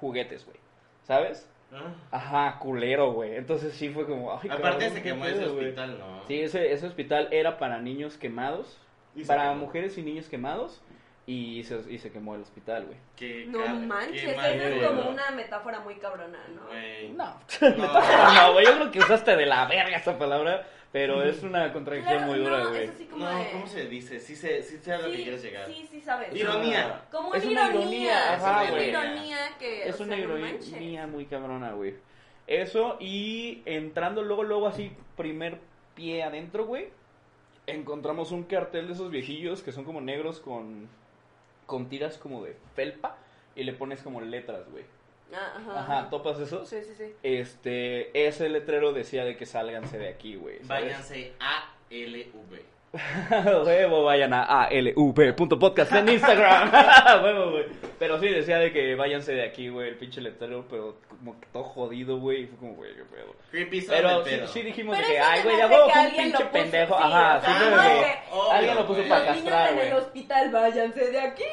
juguetes, güey. ¿Sabes? Ah. Ajá, culero, güey. Entonces sí fue como... Ay, Aparte cabrón, se qué quemó ese pedo, güey. hospital, ¿no? Sí, ese, ese hospital era para niños quemados, Y se para quemó. mujeres y niños quemados, y se, y se quemó el hospital, güey. Qué Ah, No cab- qué manches, mal esa es pedo. como una metáfora muy cabrona, ¿no? Güey. No, No. no, güey, yo creo que usaste de la verga esa palabra, pero es una contradicción Claro, muy dura, no, güey. es así como No, de... ¿cómo se dice? Sí, sé, sí sé a lo que sí, quieres llegar. Sí, sí sabes. Ironía. Como una Es una ironía, ironía, es ajá, una güey. ironía que Es o una sea, no manches. ironía muy cabrona, güey. Eso, y entrando luego, luego así, primer pie adentro, güey, encontramos un cartel de esos viejillos que son como negros con, con tiras como de felpa y le pones como letras, güey. Ah, Ajá. Ajá, ¿topas eso? Sí, sí, sí. Este, ese letrero decía de que sálganse de aquí, güey. ¿sabes? Váyanse a LV. Huevo, vayan a alv.podcast en Instagram. Huevo, güey. Pero sí, decía de que váyanse de aquí, güey, el pinche letrero, pero como que todo jodido, güey. Y Fue como, güey, qué pedo. Creepy son Pero de sí, pedo. sí dijimos de Pero que, eso ay, se güey, me ya hace huevo, que fue un alguien lo pinche puso, pendejo. sí, Ajá, o sea, sí, de no, güey. que Obvio, Pues alguien lo puso güey. para Los niños castrar, en el güey. hospital, váyanse de aquí.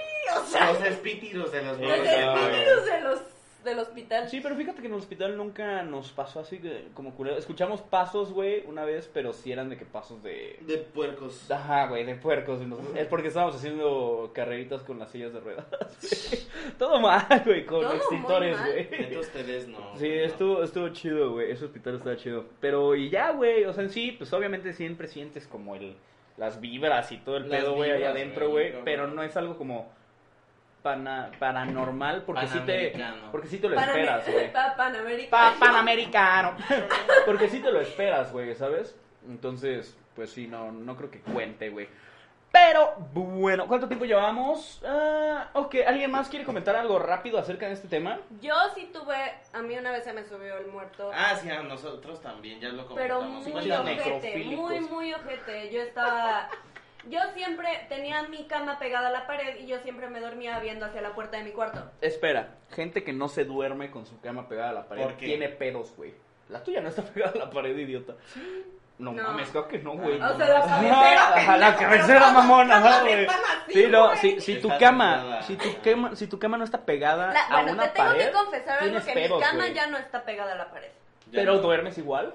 O sea, Los espíritus de los Ah, Sí, los no, güey. espíritus de los, del hospital. Sí, pero fíjate que en el hospital nunca nos pasó así que- como culero. Escuchamos pasos, güey, una vez, pero sí eran de que pasos de. De puercos. Ajá, güey, de puercos. entonces, es porque estábamos haciendo carreritas con las sillas de ruedas. güey. Todo mal, güey, con Todo muy extintores, mal. güey. Neta, ustedes no. Sí, güey, no. estuvo, estuvo chido, güey. Ese hospital estaba chido. Pero, y ya, güey. O sea, en sí, pues obviamente siempre sientes como el las vibras y todo el Las pedo, güey, ahí vibras, adentro, güey, güey. cabrón. Pero no es algo como pana- paranormal porque sí te Panamericano. porque sí te lo Paname- esperas, güey. Pa- Panamericano. Pa- panamericano. porque sí te lo esperas, güey, ¿sabes? Entonces, pues sí, no, no creo que cuente, güey. Pero bueno, ¿cuánto tiempo llevamos? Ah, ok, ¿alguien más quiere comentar algo rápido acerca de este tema? Yo sí tuve, a mí una vez se me subió el muerto. Ah, sí, a nosotros también, ya lo pero comentamos. muy Cuéntanos. ojete, necrofílicos. muy, muy ojete. Yo estaba. Yo siempre tenía mi cama pegada a la pared y yo siempre me dormía viendo hacia la puerta de mi cuarto. Espera, gente que no se duerme con su cama pegada a la pared ¿Por qué? tiene pedos, güey. La tuya no está pegada a la pared, idiota. No, No. Ah, mames, creo que no, güey. O sea, la cabecera. Ajá, la pendejo, cabecera, pero mamón, todas las ajá, güey. están así, Sí, no, güey. si, si tu Está cama, pegada. si tu cama, si tu cama no está pegada La- a bueno, una te tengo pared, que confesar algo tienes que pedos, mi cama güey. ya no está pegada a la pared. Ya Pero no. duermes igual.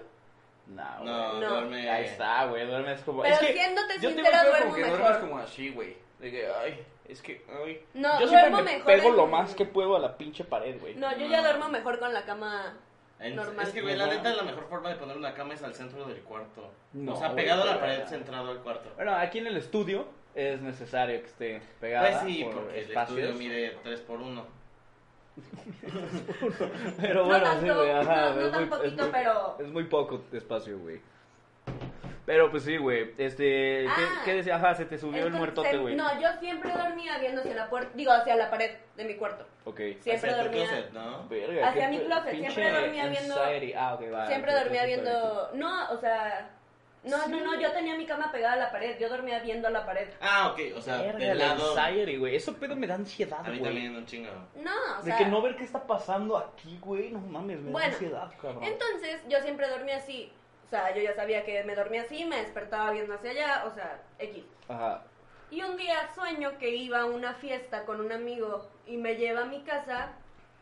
No, eh. güey. No, No. duerme. Ahí está, güey, duermes como. Pero es que siéndote yo tengo sincera, el pedo duermo como que mejor. duermes como así, güey. De que, ay, es que, ay. No, yo duermo siempre me mejor pego en- lo más que puedo a la pinche pared, güey. No, yo ya duermo mejor con la cama. En- Normal. Es que, güey, la Ajá. neta, la mejor forma de poner una cama es al centro del cuarto. No, o sea, güey, pegado a la pero- pared, centrado al cuarto. Bueno, aquí en el estudio es necesario que esté pegada Pues sí, por porque espacios. el estudio mide 3 por 1 Pero No bueno, tanto, sí, güey, ajá, no- no tan poquito, muy, pero- es muy poco espacio, güey. Pero pues sí, güey, este, ¿qué, Ah. qué decía? Ajá, se te subió el Entonces, muertote, güey. No, yo siempre dormía viendo hacia la puerta, digo, hacia la pared de mi cuarto. Ok. Siempre Hacia tu dormía. closet, ¿no? Verga, hacia qué mi pe- closet, pinche siempre dormía viendo- anxiety. Ah, ok, va, Siempre ok, dormía ok, ok. viendo. No, o sea. No, no, no, yo tenía mi cama pegada a la pared. Yo dormía viendo a la pared. Ah, ok, o sea, Verga, del la lado. A anxiety, güey. Eso pedo me da ansiedad, mí güey. también un chingo. No, o De sea. que no ver qué está pasando aquí, güey. No mames, me da Bueno, ansiedad, cabrón. Entonces, yo siempre dormía así. O sea, yo ya sabía que me dormía así, me despertaba viendo hacia allá, o sea, X. Ajá. Y un día sueño que iba a una fiesta con un amigo y me lleva a mi casa,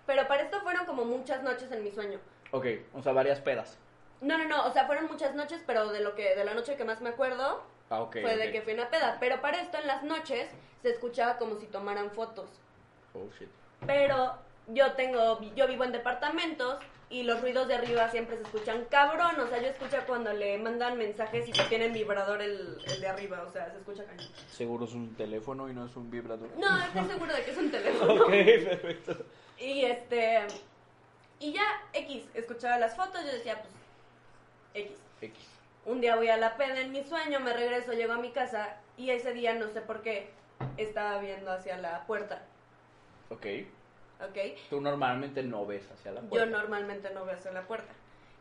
pero para esto fueron como muchas noches en mi sueño. Ok, o sea, varias pedas. No, no, no, o sea, fueron muchas noches, pero de lo que de la noche que más me acuerdo Ah, ok. fue ok. de que fui a una peda, pero para esto en las noches se escuchaba como si tomaran fotos. Oh, shit. Pero yo tengo yo vivo en departamentos y los ruidos de arriba siempre se escuchan cabrón, o sea, yo escucho cuando le mandan mensajes y que tiene en vibrador el, el de arriba, o sea, se escucha cañón. Seguro es un teléfono y no es un vibrador. No, estoy seguro de que es un teléfono. Ok, perfecto. Y este. Y ya, X, escuchaba las fotos, yo decía, pues, X. X. Un día voy a la peda en mi sueño, me regreso, llego a mi casa y ese día no sé por qué estaba viendo hacia la puerta, Ok. ¿ok? Tú normalmente no ves hacia la Yo puerta. normalmente no veo hacia la puerta.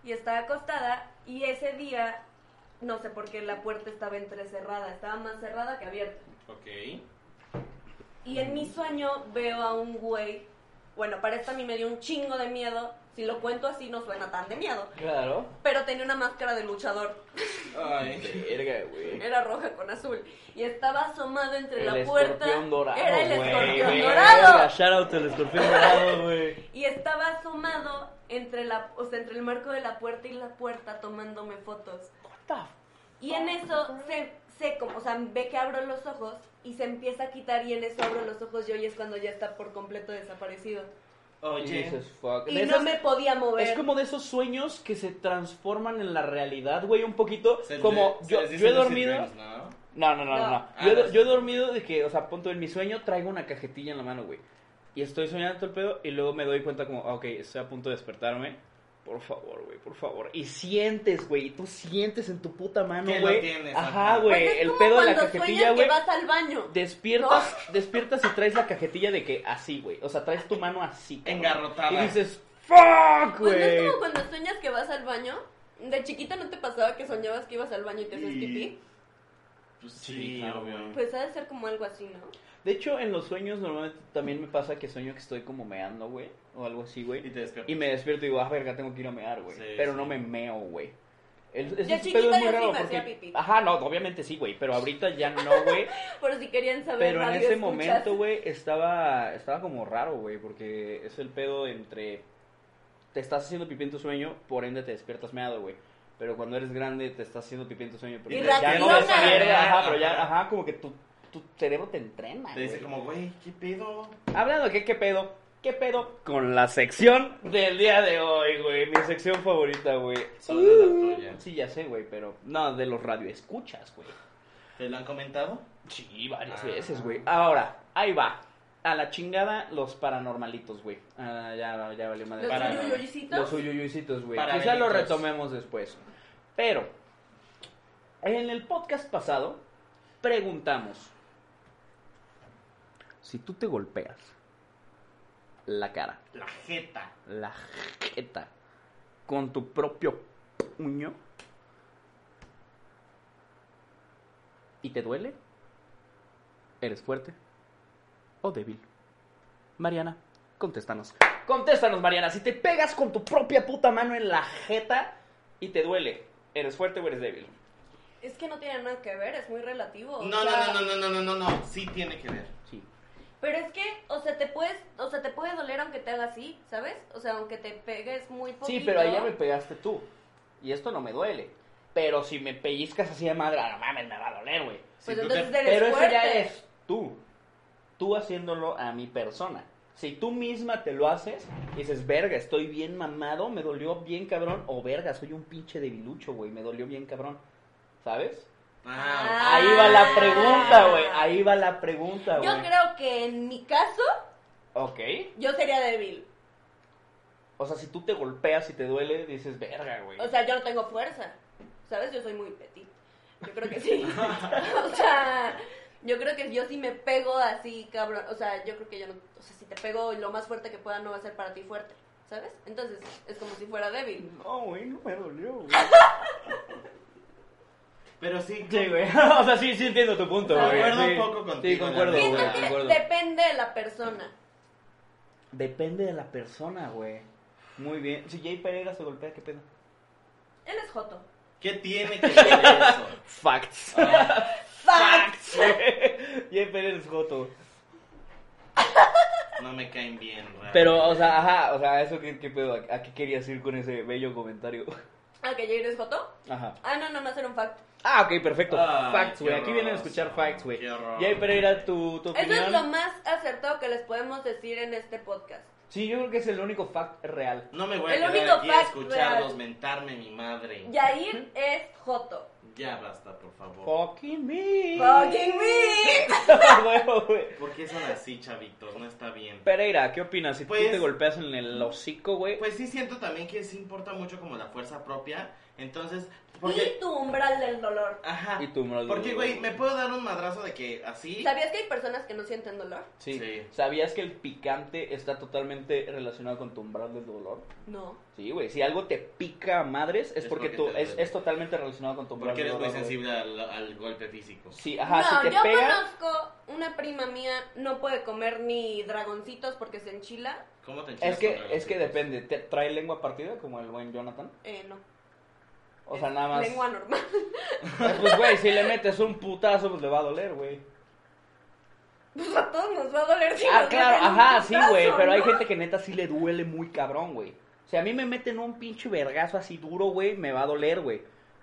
y estaba acostada y ese día, no sé por qué la puerta estaba entrecerrada, estaba más cerrada que abierta. Ok. Y en mi Mm. sueño veo a un güey, bueno, para esto a mí me dio un chingo de miedo, si lo cuento así no suena tan de miedo, Claro. pero tenía una máscara de luchador, Ay. Verga, güey. era roja con azul, y estaba asomado entre El la puerta. escorpión dorado, era el güey, escorpión güey. dorado. Verga, Shout out al escorpión dorado, güey. Y estaba asomado entre, la, o sea, entre el marco de la puerta y la puerta tomándome fotos. Y en eso se, se como, o sea, ve que abro los ojos y se empieza a quitar y en eso abro los ojos yo y es cuando ya está por completo desaparecido. Oye. Jesus fuck. Y De no esas- me podía mover. Es como de esos sueños que se transforman en la realidad, güey, un poquito. se- como se yo, les dice yo he lucid dormido. dreams, ¿no? No, no, no, no. No. no. Ah, Yo, he do- no, sí. yo he dormido de que, o sea, punto en mi sueño traigo una cajetilla en la mano, güey. Y estoy soñando todo el pedo y luego me doy cuenta como, ah, ok, estoy a punto de despertarme. Por favor, güey, por favor. Y sientes, güey, y tú sientes en tu puta mano, Que lo güey. tienes, Ajá, ajá. Pues güey, es el como pedo de la cuando cajetilla, sueñas güey. que vas al baño. Despiertas, despiertas y traes la cajetilla de que así, güey. O sea, traes tu mano así. Eh, cabrón. Engarrotada. Y dices, fuck, Pues no güey. es como cuando sueñas que vas al baño. De chiquita no te pasaba que soñabas que ibas al baño y te hacías Y- pipí. Pues Sí, sí, obvio. Pues ha de ser como algo así, ¿no? De hecho, en los sueños normalmente también me pasa que sueño que estoy como meando, güey. O algo así, güey. Y te despiertas. Y me despierto y digo, ah, verga, tengo que ir a mear, güey. Sí, pero sí. no me meo, güey. El, De ese chiquita pedo es muy yo sí raro me hacía porque... pipí. Ajá, no, obviamente sí, güey. Pero ahorita ya no, güey. Por si querían saber. pero en radio ese escuchas. momento, güey, estaba, estaba como raro, güey. Porque es el pedo entre... Te estás haciendo pipí en tu sueño, por ende te despiertas meado, güey. Pero cuando eres grande te estás haciendo pipí en tu sueño. Porque Y ya no reaccionas. despiertas, ajá, pero ya, ajá, como que tu, tu cerebro te entrena, Te dice güey. como, güey, ¿qué pedo? Hablando de qué, qué pedo, qué pedo con la sección del día de hoy, güey. Mi sección favorita, güey. Solo es la tuya. Sí, ya sé, güey, pero no, de los radioescuchas, güey. Uh. ¿Te lo han comentado? Sí, varias Ah. veces, güey. Ahora, ahí va. A la chingada los paranormalitos, güey. Ah, ya, ya valió madre. Los Para- uyuyuyucitos. Los uyuyuicitos, güey. Para Quizá lo benditos. retomemos después. Pero, en el podcast pasado, preguntamos: Si tú te golpeas la cara, La jeta. la jeta, con tu propio puño, ¿y te duele? ¿Eres fuerte o débil? Mariana, contéstanos. Contéstanos, Mariana. Si te pegas con tu propia puta mano en la jeta y te duele, ¿eres fuerte o eres débil? Es que no tiene nada que ver, es muy relativo. o No, no, sea, no, no, no, no, no, no, no. Sí tiene que ver. Sí. Pero es que, o sea, te puedes, o sea, te puede doler aunque te haga así, ¿sabes? O sea, aunque te pegues muy poquito. pues Sí, pero ahí ya me pegaste tú. Y esto no me duele. Pero si me pellizcas así de madre, ah, no mames, me va a doler, güey. Pues Si tú entonces te- eres Pero eso fuerte. ya es tú. Tú haciéndolo a mi persona. Si tú misma te lo haces y dices, verga, estoy bien mamado, me dolió bien cabrón, o verga, soy un pinche debilucho, güey, me dolió bien cabrón. ¿Sabes? Ah, Ahí va la pregunta, güey. Ahí va la pregunta, güey. Ah. Yo creo que en mi caso, Ok. yo sería débil. O sea, si tú te golpeas y te duele, dices, verga, güey. O sea, yo no tengo fuerza, ¿sabes? Yo soy muy petit. Yo creo que sí. o sea, yo creo que yo sí me pego así, cabrón. O sea, yo creo que yo no. O sea, si te pego lo más fuerte que pueda, no va a ser para ti fuerte, ¿sabes? Entonces, es como si fuera débil. no, güey, no me dolió, güey. Pero sí. Sí, güey. O sea, sí, sí entiendo tu punto, güey. Concuerdo sí. un poco Sí, contigo, concuerdo, la güey. Siento verdad. que concuerdo. depende de la persona. Depende de la persona, güey. Muy bien. Si Jay Pereira se golpea, ¿qué pedo? Él es Joto. ¿Qué tiene que ver eso? Facts. Ah, Facts. Jay Pereira es joto. no me caen bien, güey. Pero, o sea, ajá, o sea, eso qué, qué pedo, ¿A, a qué querías ir con ese bello comentario. Ah, que Jair es Joto. Ajá. Ah, no, no, no, eso era un fact. Ah, ok, perfecto. Ay, facts, qué güey. Aquí vienen a horror, escuchar facts, güey. qué horror. Jay Pereira, tu, tu Eso opinión. es lo más acertado que les podemos decir en este podcast. Sí, yo creo que es el único fact real. No me voy a El quedar único aquí a fact escucharlos real. mentarme mi madre. Jair es Joto. Ya basta, por favor. Fucking me. Fucking me. Huevo, güey. ¿Por qué son así, chavitos? No está bien. Pereira, ¿qué opinas? Si tú Pues- te golpeas en el hocico, güey. Pues sí siento también que sí importa mucho como la fuerza propia. Entonces, porque... Y tu umbral del dolor. Ajá. Y tu umbral del Porque, dolor. güey, me puedo dar un madrazo de que así... ¿Sabías que hay personas que no sienten dolor? Sí. Sí. ¿Sabías que el picante está totalmente relacionado con tu umbral del dolor? No. Sí, Sí, güey, si algo te pica a madres es, Es porque, porque tú, te es, duele. es totalmente relacionado con tu Porque eres muy problema, güey. sensible al, al golpe físico. Sí, ajá, no, si te yo pega, conozco una prima mía, no puede comer ni dragoncitos porque se enchila. ¿Cómo te enchinas es que, con es que dragoncitos? depende, ¿te ¿trae lengua partida como el buen Jonathan? Eh, no. O Es sea, nada más... Lengua normal. Pues, güey, si le metes un putazo, pues le va a doler, güey. Pues a todos nos va a doler si Ah, nos claro, meten un ajá, sí, putazo, güey, pero hay ¿no? gente que neta sí le duele muy cabrón, güey. O sea, a mí me meten un pinche vergazo así duro, güey, me va a doler, güey.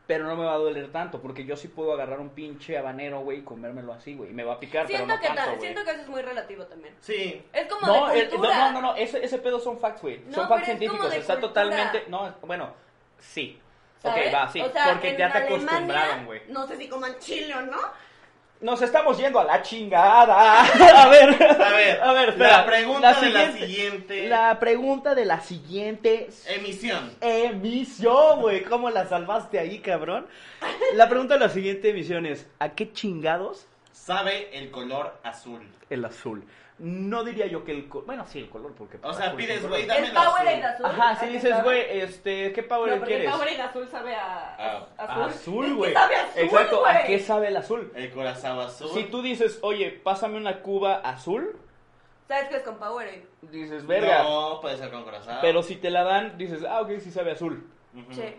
Pero no me va a doler tanto, porque yo sí puedo agarrar un pinche habanero, güey, y comérmelo así, güey. Y me va a picar, Siento, pero no que tanto, ta- güey. siento que eso es muy relativo también. Sí, Es como No, de el- no, cultura. no, no, no, ese, ese pedo son facts, güey. No, son facts pero es científicos, como de está cultura. totalmente... No, es- bueno, sí. ¿sabes? Ok, va, sí, O sea, porque en ya te Alemania, acostumbraron, güey. No sé si coman chile o no. Nos estamos yendo a la chingada. A ver, a ver, a ver, espera. la pregunta de la siguiente La pregunta de la siguiente emisión. emisión, güey. ¿Cómo la salvaste ahí, cabrón? La pregunta de la siguiente emisión es: ¿a qué chingados ¿Sabe el color azul? el azul? No diría yo que el color. Bueno, sí, el color, porque. O sea, azul es pides, un güey, color. dame El el Powerade azul. azul. Ajá, si ¿a qué dices, sabe? güey, este, ¿qué No, power porque quieres? el Powerade azul sabe a, A- A azul. Es Azul, que güey. sabe a azul, Exacto, ¿a güey. qué sabe el azul? El corazón azul. Si tú dices, oye, pásame una cuba azul, ¿Sabes qué es con Powerade? dices, verga. No, puede ser con corazón. Pero si te la dan, dices, ah, ok, sí sabe azul. Ujú. Che.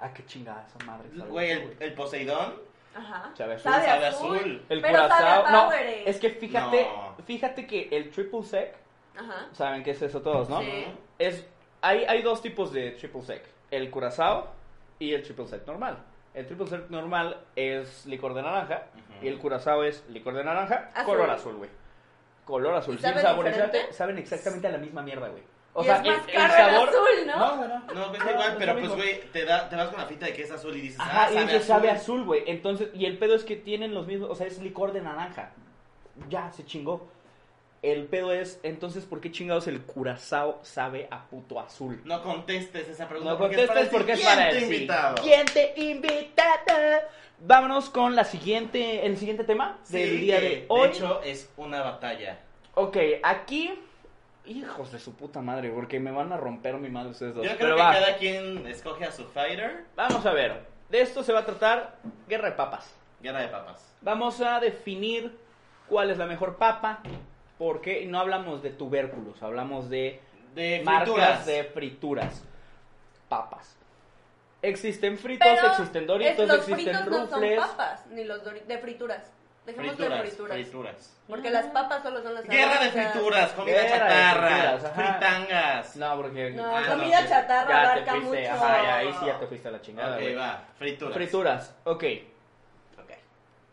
Ah, qué chingada esa madre. sabe Güey, azul, el, el Poseidón. Ajá. Sabe azul. Sabe, Sabe azul. azul. El pero sabe a curazao. No, Powerade. es que fíjate, No. fíjate que el triple sec, Ajá. saben qué es eso todos, ¿no? Sí. Es, hay, hay dos tipos de triple sec, el curazao y el triple sec normal. El triple sec normal es licor de naranja Ujú. y el curazao es licor de naranja, Azul. color azul, güey. Color azul, ¿Y sin saben saborizante, diferente? saben exactamente a la misma mierda, güey. Y es más caro el azul, ¿no? güey, no. No, pues No, da igual, es pero Ah, lo pues, mismo. güey, te, da- te vas con la fita de que es azul y dices, Ajá, ah, y sabe dice azul. sabe azul, güey. Entonces, y el pedo es que tienen los mismos, o sea, es licor de naranja. Ya, se chingó. El pedo es, entonces, ¿por qué chingados el curazao sabe a puto azul? No contestes esa pregunta. No contestes porque es para el siguiente invitado. siguiente invitado. Vámonos con la siguiente, el siguiente tema Sí, del día que, de hoy. De hecho, es una batalla. Ok, aquí, hijos de su puta madre, porque me van a romper mi madre ustedes Yo dos. creo Pero que va, cada quien escoge a su fighter. vamos a ver. De esto se va a tratar guerra de papas. Guerra de papas. Vamos a definir cuál es la mejor papa, porque no hablamos de tubérculos, hablamos de De marcas frituras. de frituras, papas. Existen fritos, Pero existen es- doritos, los existen fritos no son rufles. papas, ni los dori- de frituras. Dejemos de Frituras, frituras. frituras. Porque las papas solo son las Guerra de sabrosas. frituras, comida Guerra de chatarra, frituras, ajá. fritangas. no, porque No, Ah, comida no, sí. chatarra ya te abarca fuiste, mucho. ajá, ya, ahí sí ya te fuiste a la chingada. ok, güey. va, frituras. Frituras, ok. Ok.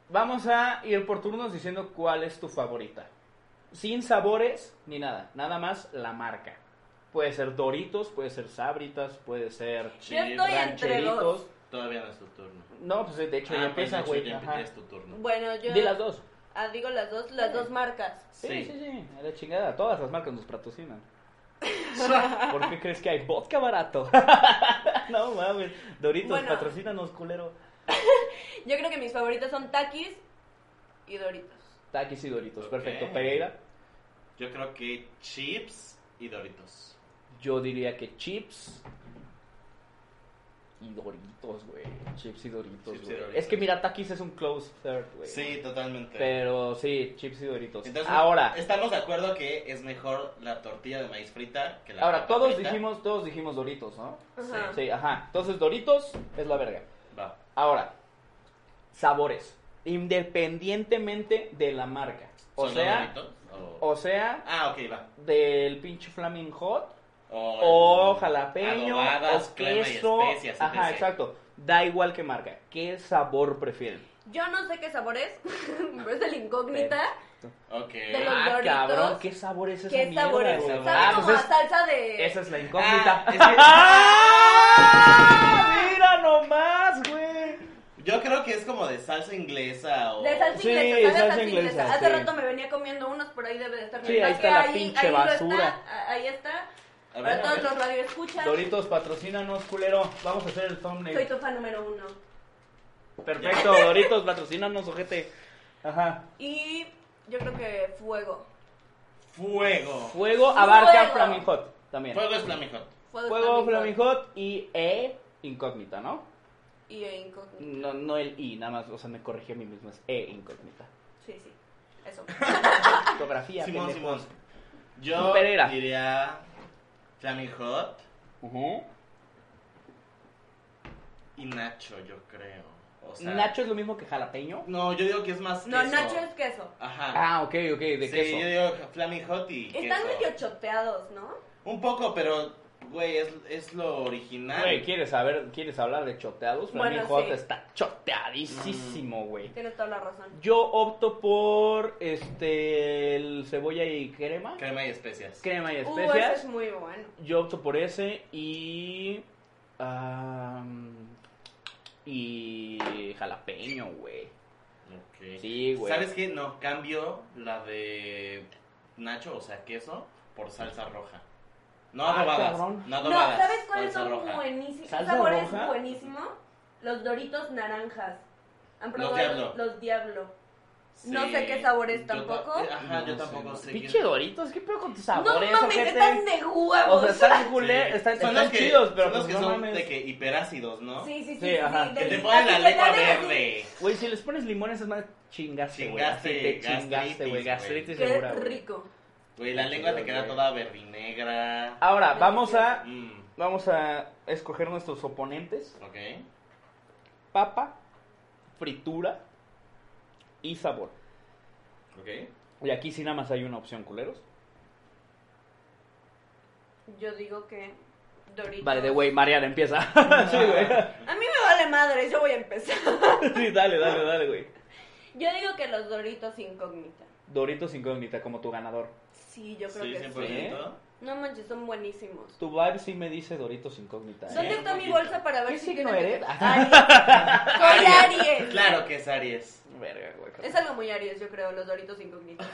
Vamos a ir por turnos diciendo cuál es tu favorita. Sin sabores ni nada, nada más la marca. Puede ser Doritos, puede ser Sabritas, puede ser Sí, Yo estoy entre dos. Rancheritos. Todavía no es tu turno. No, pues de hecho Ah, ya empieza, pues, güey. ya ajá. es tu turno. Bueno, yo. De las dos. Ah, digo las dos, las dos marcas. Sí, Sí. sí, sí, A la chingada. Todas las marcas nos patrocinan. ¿Por qué crees que hay vodka barato? no mames. Doritos, Bueno. patrocínanos, culero. Yo creo que mis favoritas son Takis y Doritos. Takis y Doritos. Ok. Perfecto. Pereira. Yo creo que chips y Doritos. Yo diría que chips y Doritos, güey. Chips y Doritos, Chips y güey. Doritos. Es que mira, Takis es un close third, güey. Sí, totalmente. Pero sí, chips y Doritos. Entonces, ahora, estamos de acuerdo que es mejor la tortilla de maíz frita que la ahora papa todos frita? dijimos, todos dijimos Doritos, ¿no? Ajá. Sí, ajá. Entonces Doritos es la verga. Va. Ahora, sabores. Independientemente de la marca. O ¿Son sea, los Doritos? O- o sea, Ah, ok, va. del pinche Flaming Hot O, o jalapeño adobadas, o crema y queso. especias, Ajá, etc.. exacto. Da igual qué marca, qué sabor prefieren. Yo no sé qué sabor es, pero es de la incógnita. Ok. De los ah, Doritos. cabrón, qué sabor es esa ¿Qué mierda, sabor es? güey? Sabe Ah, Sabe como pues a es- salsa de. esa es la incógnita. Ah, ¡Ah! Mira nomás, güey. es que- yo creo que es como de salsa inglesa o... De salsa Sí, inglesa, sabe a salsa salsa inglesa. inglesa, Hace sí. rato me venía comiendo unos, por ahí debe de estar. Sí, mi ahí empaque, está la pinche ahí lo basura. está, a- ahí está. A ver, Para a todos ver. los radioescuchas. Doritos, patrocínanos, culero. Vamos a hacer el Soy thumbnail. tu fan número uno. Perfecto, Doritos, patrocínanos, ojete. Ajá. Y yo creo que fuego. Fuego. Fuego abarca Fuego. Flaming Hot también. Fuego es flamejón. Fuego, Fuego, Flaming Hot Flamijot y E, incógnita, ¿no? Y e Incógnito. No, no el I, nada más, o sea, me corregí a mí mismo, es E, incógnita. Sí, sí. Eso. Fotografía, Simón, pendejo. Simón. Yo Pereira. diría Flaming Hot Ujú. y Nacho, yo creo. O sea, Nacho es lo mismo que jalapeño. No, yo digo que es más No, queso. Nacho es queso. Ajá. Ah, ok, ok, de sí, queso. yo digo Flaming Hot y Están queso. medio choteados, ¿no? Un poco, pero, güey, es, es lo original. Güey, ¿quieres saber, quieres hablar de choteados? Para Bueno, mí Hot sí. está choteadísimo, güey. Tienes toda la razón. Yo opto por este el cebolla y crema, Crema y especias. crema y Uh, ese especias. es muy bueno. Yo opto por ese y am, y jalapeño, güey. Ok. Sí, güey. ¿Sabes qué? No, cambio la de Nacho, o sea, queso, por salsa roja. No Ah, adobadas. cabrón. no No, adobadas. ¿sabes cuáles salsa son roja. buenísimos? ¿Qué ¿Salsa sabor es roja? buenísimo? Los doritos naranjas. ¿Han Los probado Diablo. los diablo? Sí. No sé qué sabores Yo tampoco. ta- eh, Ajá, No yo sé, tampoco no. sé. qué- Pinche Doritos, ¿qué pedo con tus No sabores? mames, ojete? están de o huevos. sea, están Sí. culé, eh, están, Son están los que- chidos, pero son los pues que no son mames. de que hiperácidos, ¿no? Sí, sí, sí. Sí, ajá. Que te de- ponen la así te lengua dan así. verde. Güey, si les pones limones es más chingaste, güey. Así te Chingaste, chingaste, güey. gastritis, Gastritis Qué segura, güey. rico. Güey, la lengua te queda Güey. toda verdinegra. Ahora, vamos a Mm, vamos a escoger nuestros oponentes. ok. Papa, fritura y sabor. Ok. Y aquí sí nada más hay una opción, culeros. Yo digo que doritos. Vale, de güey, Mariana empieza. sí, güey. A mí me vale madre, yo voy a empezar. Sí, dale, dale, dale, güey. Yo digo que los doritos incógnita. Doritos incógnita como tu ganador. Sí, yo creo Sí, pues. que sí. 100%. No manches, son buenísimos. Tu vibe sí me dice Doritos incógnita. ¿eh? ¿Dónde está mi bolsa para ver ¿Qué si signo tiene- eres? Aries. Soy Aries. Claro que es Aries. Verga, güey. Es algo muy Aries, yo creo, los doritos incógnitos.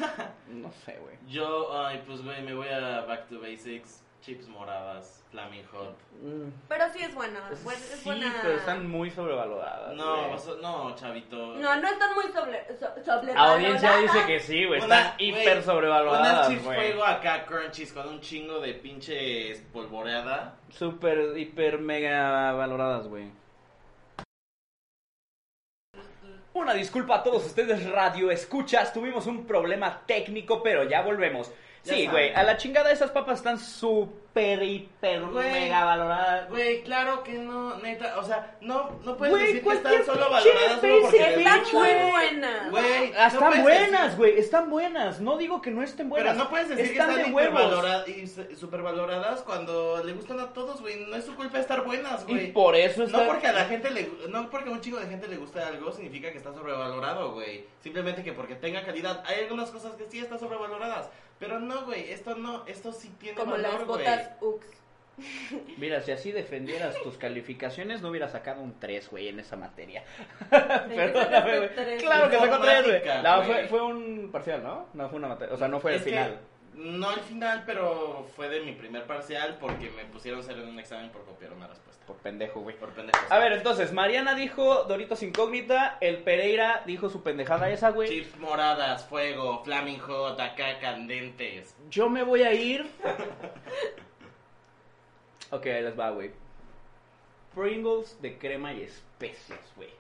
No sé, güey. Yo, ay, pues güey, me voy a Back to Basics, chips moradas, Flaming Hot. Mm. Pero sí es bueno. buen- es Pues sí, buena. pero están muy sobrevaloradas. Pues No, pues, güey. vas- no, chavito. No, no están muy sobre, so- La sobrevaloradas. audiencia dice que sí, güey. Una- Están güey, hiper Unas sobrevaloradas, chips güey. fuego acá, crunchies, con un chingo de pinche polvoreada. Super, hiper, mega valoradas, güey. Una disculpa a todos ustedes, radio escuchas. Tuvimos un problema técnico, pero ya volvemos. Ya Sí, saben. güey, a la chingada esas papas están super, hiper, Güey. mega valoradas. Güey, claro que no, neta, o sea, no, no puedes Güey, decir que cualquier están solo pinche valoradas solo porque les basic, Están gusta. muy buenas. Güey, Ah, no están puedes buenas, decir- güey, están buenas. No digo que no estén buenas. Pero no puedes decir están que están de huevos. hipervalora- y se- supervaloradas cuando le gustan a todos, güey. No es su culpa estar buenas, Y güey. por eso está. No porque a la gente le, no porque a un chico de gente le guste algo significa que está sobrevalorado, güey. Simplemente que porque tenga calidad. Hay algunas cosas que sí están sobrevaloradas, pero no, güey. Esto no, esto sí tiene Como valor, las güey. botas Ux. Mira, si así defendieras tus calificaciones, no hubieras sacado un 3, güey, en esa materia. Perdóname, sacaste güey. tres. Claro que sacó 3, güey. Informática, No, fue, güey. fue un parcial, ¿no? No fue una materia. O sea, no fue el Es que- final. No al final, pero fue de mi primer parcial porque me pusieron cero en un examen por copiar una respuesta. Por pendejo, güey. Por pendejos. A ver, entonces, Mariana dijo Doritos Incógnita, el Pereira dijo su pendejada esa, güey. Chips moradas, fuego, flaming hot, acá candentes. Yo me voy a ir. ok, ahí les va, güey. Pringles de crema y especias, güey.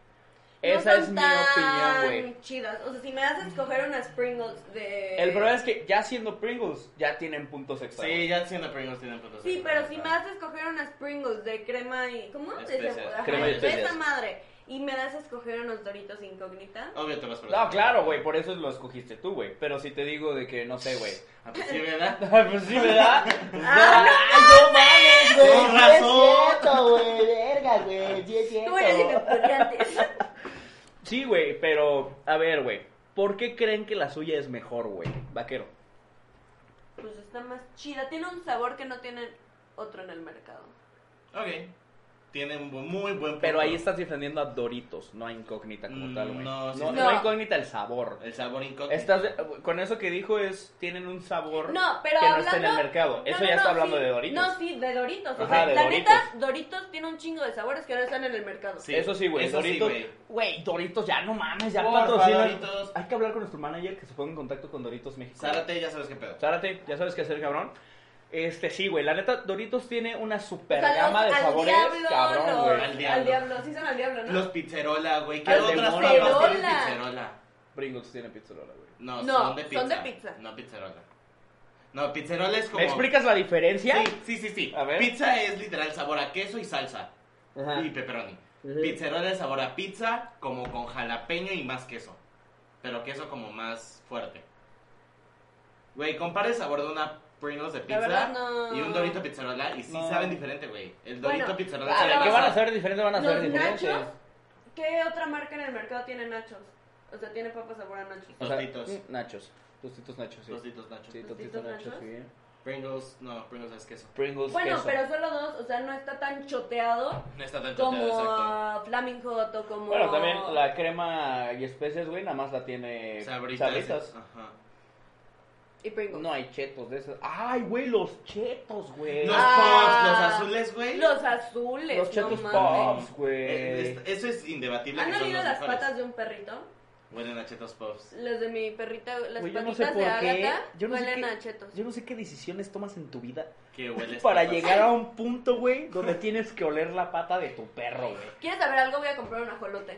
Esa No es son mi tan opinión, güey. chidas. O sea, si me haces escoger unas Pringles de... El problema es que ya siendo Pringles, ya tienen puntos extra. Sí, güey. ya siendo Pringles tienen puntos. Sí, pero si me más haces escoger unas Pringles de crema y... ¿Cómo? De Especias. cebolla. Ajá, Crema y de especias. esa madre. Y me das a escoger unos doritos incógnita. Obvio te vas por No, claro, güey, por eso lo escogiste tú, güey. Pero si te digo de que, no sé, güey. Ah, pues sí, ¿verdad? pues sí, ¿verdad? ¡Ah, mames, Con sí es razón. cierto, güey. Verga, güey. sí es no! Tú eres cierto. estudiantes. Sí, güey, pero, a ver, güey. ¿Por qué creen que la suya es mejor, güey? Vaquero. Pues está más chida. Tiene un sabor que no tiene otro en el mercado. Ok. Tiene un bu- muy buen punto. Pero ahí estás defendiendo a Doritos, no a Incógnita como Mm, tal, güey. no, sí, no, sí. no a No. Incógnita el sabor. El sabor incógnito. Estás de- con eso que dijo es tienen un sabor No, pero que no hablando... está en el mercado. No, eso no, ya no, está hablando sí. de Doritos. No, sí, de Doritos. O Ajá, sea, de la Doritos. neta, Doritos tiene un chingo de sabores que no están en el mercado. Sí, eso sí, güey. eso sí, Doritos. güey. Güey, Doritos, ya no mames, ya Porfa, patrocina. Doritos. Hay que hablar con nuestro manager que se ponga en contacto con Doritos México. Zárate, ya sabes qué pedo. Zárate, ya sabes qué hacer, cabrón. Este, sí, güey. La neta, Doritos tiene una super O sea, los- gama de al sabores. diablo, cabrón, los- güey. Al al diablo. diablo. Sí son al diablo, ¿no? Los pizzerola, güey. ¿Qué Al otras papas demonio. tienen Pizzerola. pizzerola? Pringles tiene pizzerola, güey. No, No, son de pizza. son de pizza. No pizzerola. No, pizzerola es como... ¿Me explicas la diferencia? Sí, sí, sí. sí. A ver. Pizza es literal sabor a queso y salsa. Ajá. Y pepperoni. Ujú. Pizzerola es sabor a pizza como con jalapeño y más queso. Pero queso como más fuerte. Güey, compara el sabor de una Pringles de pizza verdad, no. y un Dorito pizzerola y sí No. saben diferente, güey. El Dorito Bueno, pizzerola Ah, sabe ¿de ¿Qué más van a ser diferente? Van a ser Los diferentes. nachos. ¿Qué otra marca en el mercado tiene nachos? O sea, tiene papas sabor a nachos. O sea, Tostitos. mm, nachos. Tostitos nachos, sí. Tostitos nachos. Sí, tostitos Tostitos nachos, nachos. sí. Pringles, no, Pringles es queso. Pringles Bueno, queso. pero solo dos, o sea, no está tan choteado No está tan choteado, como exacto. ah, Flaming Hot o como... Bueno, también la crema y especias, güey, nada más la tiene Sabritas. Sabritas. Ajá. Y Pringles. No hay chetos de esos. Ay, güey, los chetos, güey. Los Ah, Pops, los azules, güey. Los azules, Los no chetos mames. pops, güey. Eh, es- Eso es indebatible. ¿Han que son olido los las mejores. patas de un perrito? Huelen a Chetos Puffs. Las de mi perrita, las Güey, yo no patitas sé por de qué. Agatha Yo no sé huelen qué- a chetos. Yo no sé qué decisiones tomas en tu vida Que huele para papas. llegar a un punto, güey, donde tienes que oler la pata de tu perro, güey. ¿Quieres saber algo? Voy a comprar un ajolote.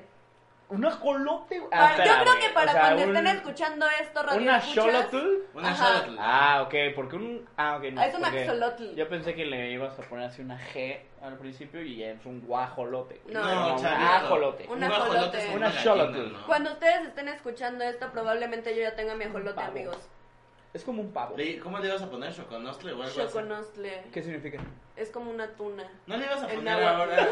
Un ajolote, güey. Para- Ah, yo creo que para cuando estén escuchando esto, radio ¿Una escuchas, xolotl? Una Ajá. Charlotte. Ah, ok, porque un. Ah, ok, no. Ah, es un porque axolotl. Yo pensé que le ibas a poner así una G al principio y ya es un guajolote. güey. No, un Charito. ajolote. Un Un ajolote. es ajolote. Una gelatina, Charlotte. ¿no? Cuando ustedes estén escuchando esto, probablemente yo ya tenga mi ajolote, Pavo. amigos. Es como un pavo. Le- ¿Cómo le ibas a poner? ¿Choconostle o algo así? Choconostle. ¿Qué significa? Es como una tuna. No le ibas a El poner náhuatl. ahora.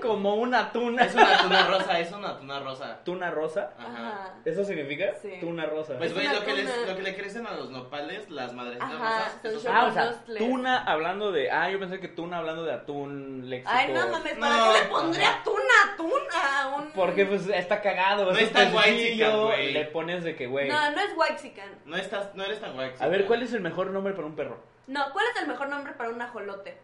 Como una tuna. Es una tuna rosa, es una tuna rosa. ¿Tuna rosa? Ajá. ¿Eso significa? Sí. Tuna rosa. Pues Es güey, una lo que, les, tuna. lo que le crecen a los nopales, las madrecitas Ajá, rosas, son esos ah, o sea, Choconostle. tuna hablando de. Ah, yo pensé que tuna hablando de atún léxico. Ay, no mames, ¿para No. qué le pondría tuna, tuna? a Un... Porque pues está cagado. No es un es tan guay, pececillo, chica, güey. Le pones de que, güey. No, no es Waxican. No, estás, no eres tan guay. A ver, ¿cuál es el mejor nombre para un perro? No, ¿cuál es el mejor nombre para un ajolote?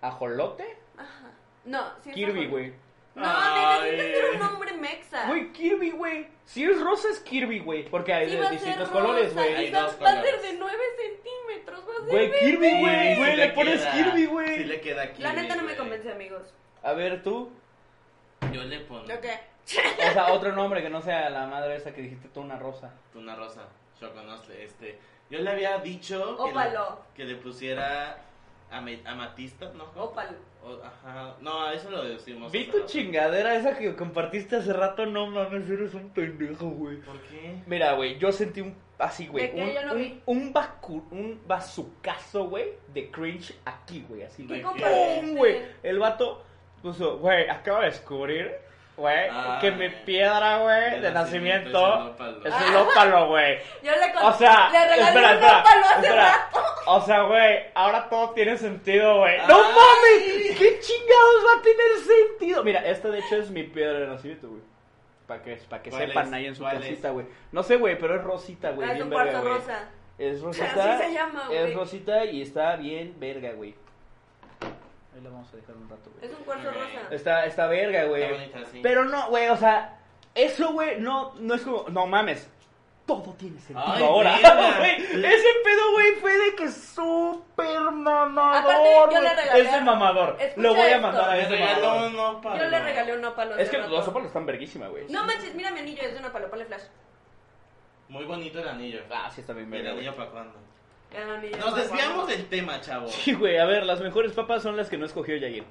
¿Ajolote? Ajá. No, sí es Kirby, ajolote. güey. No, Ay. necesitas ser un nombre mexa. Güey, Kirby, güey. Si es rosa, es Kirby, güey. Porque hay Sí de va a ser distintos rosa, colores, Hay güey. y va- dos Va a ser colores. de 9 centímetros, va a ser Güey, de- Kirby, güey. Sí, Güey, sí le pones queda. Kirby, güey. Sí le queda Kirby. La neta no me güey. convence, amigos. A ver, tú. Yo le pongo ¿Lo qué? O sea, otro nombre que no sea la madre esa que dijiste tú, una rosa. tuna rosa. Choconostle. Este. Yo le había dicho. que Ópalo. le- Que le, pusiera. ame- amatista, ¿no? Ópalo. O- ajá. No, eso lo decimos. Vi hace tu rato. chingadera esa que compartiste hace rato, no mames, eres un pendejo, güey. ¿Por qué? Mira, güey, yo sentí un así, güey, ¿De qué? un Yo no un, vi. un, bacu- un bazucazo, güey, de cringe aquí, güey, así, ¿Qué güey. compartiste? ¡Pum, güey! El vato puso, güey, acabo de descubrir, güey, Ah, que mi piedra, güey, de nacimiento Ah, es es el el ópalo. ópalo, güey. Yo le con- O sea, le regalé espera, un espera, ópalo hace espera. rato. O sea, güey, ahora todo tiene sentido, güey. Ay. ¡No mames! ¿Qué chingados va a tener sentido? Mira, esta de hecho es mi piedra de nacimiento, güey. Para que, pa' que ¿Cuál sepan es? ahí en su ¿Cuál casita, güey. No sé, güey, pero es rosita, güey. Ah, es bien un verga, cuarzo güey. rosa. Es rosita. Así se llama, güey. Es rosita y está bien verga, güey. Ahí la vamos a dejar un rato, güey. Es un cuarzo Ok. rosa. Está, está verga, güey. Está bonita, sí. Pero no, güey, o sea, eso, güey, no, no es como, no mames, todo tiene sentido Ay, ahora. verga. Güey, ese pedo, güey, fue de que súper mamador. Aparte, yo le güey. regalé- Ese mamador, Escucha lo voy a esto. mandar a Le ese regaló mamador. un ópalo. Yo le regalé un ópalo hace Es que rato. los sopas están verguísima, güey. No manches, mira mi anillo, es de una palopale flash. Muy bonito el anillo. Ah, sí, está bien el verga, güey. anillo para cuándo. El anillo Nos de desviamos del tema, chavo. Sí, güey, a ver, las mejores papas son las que no escogió Yair.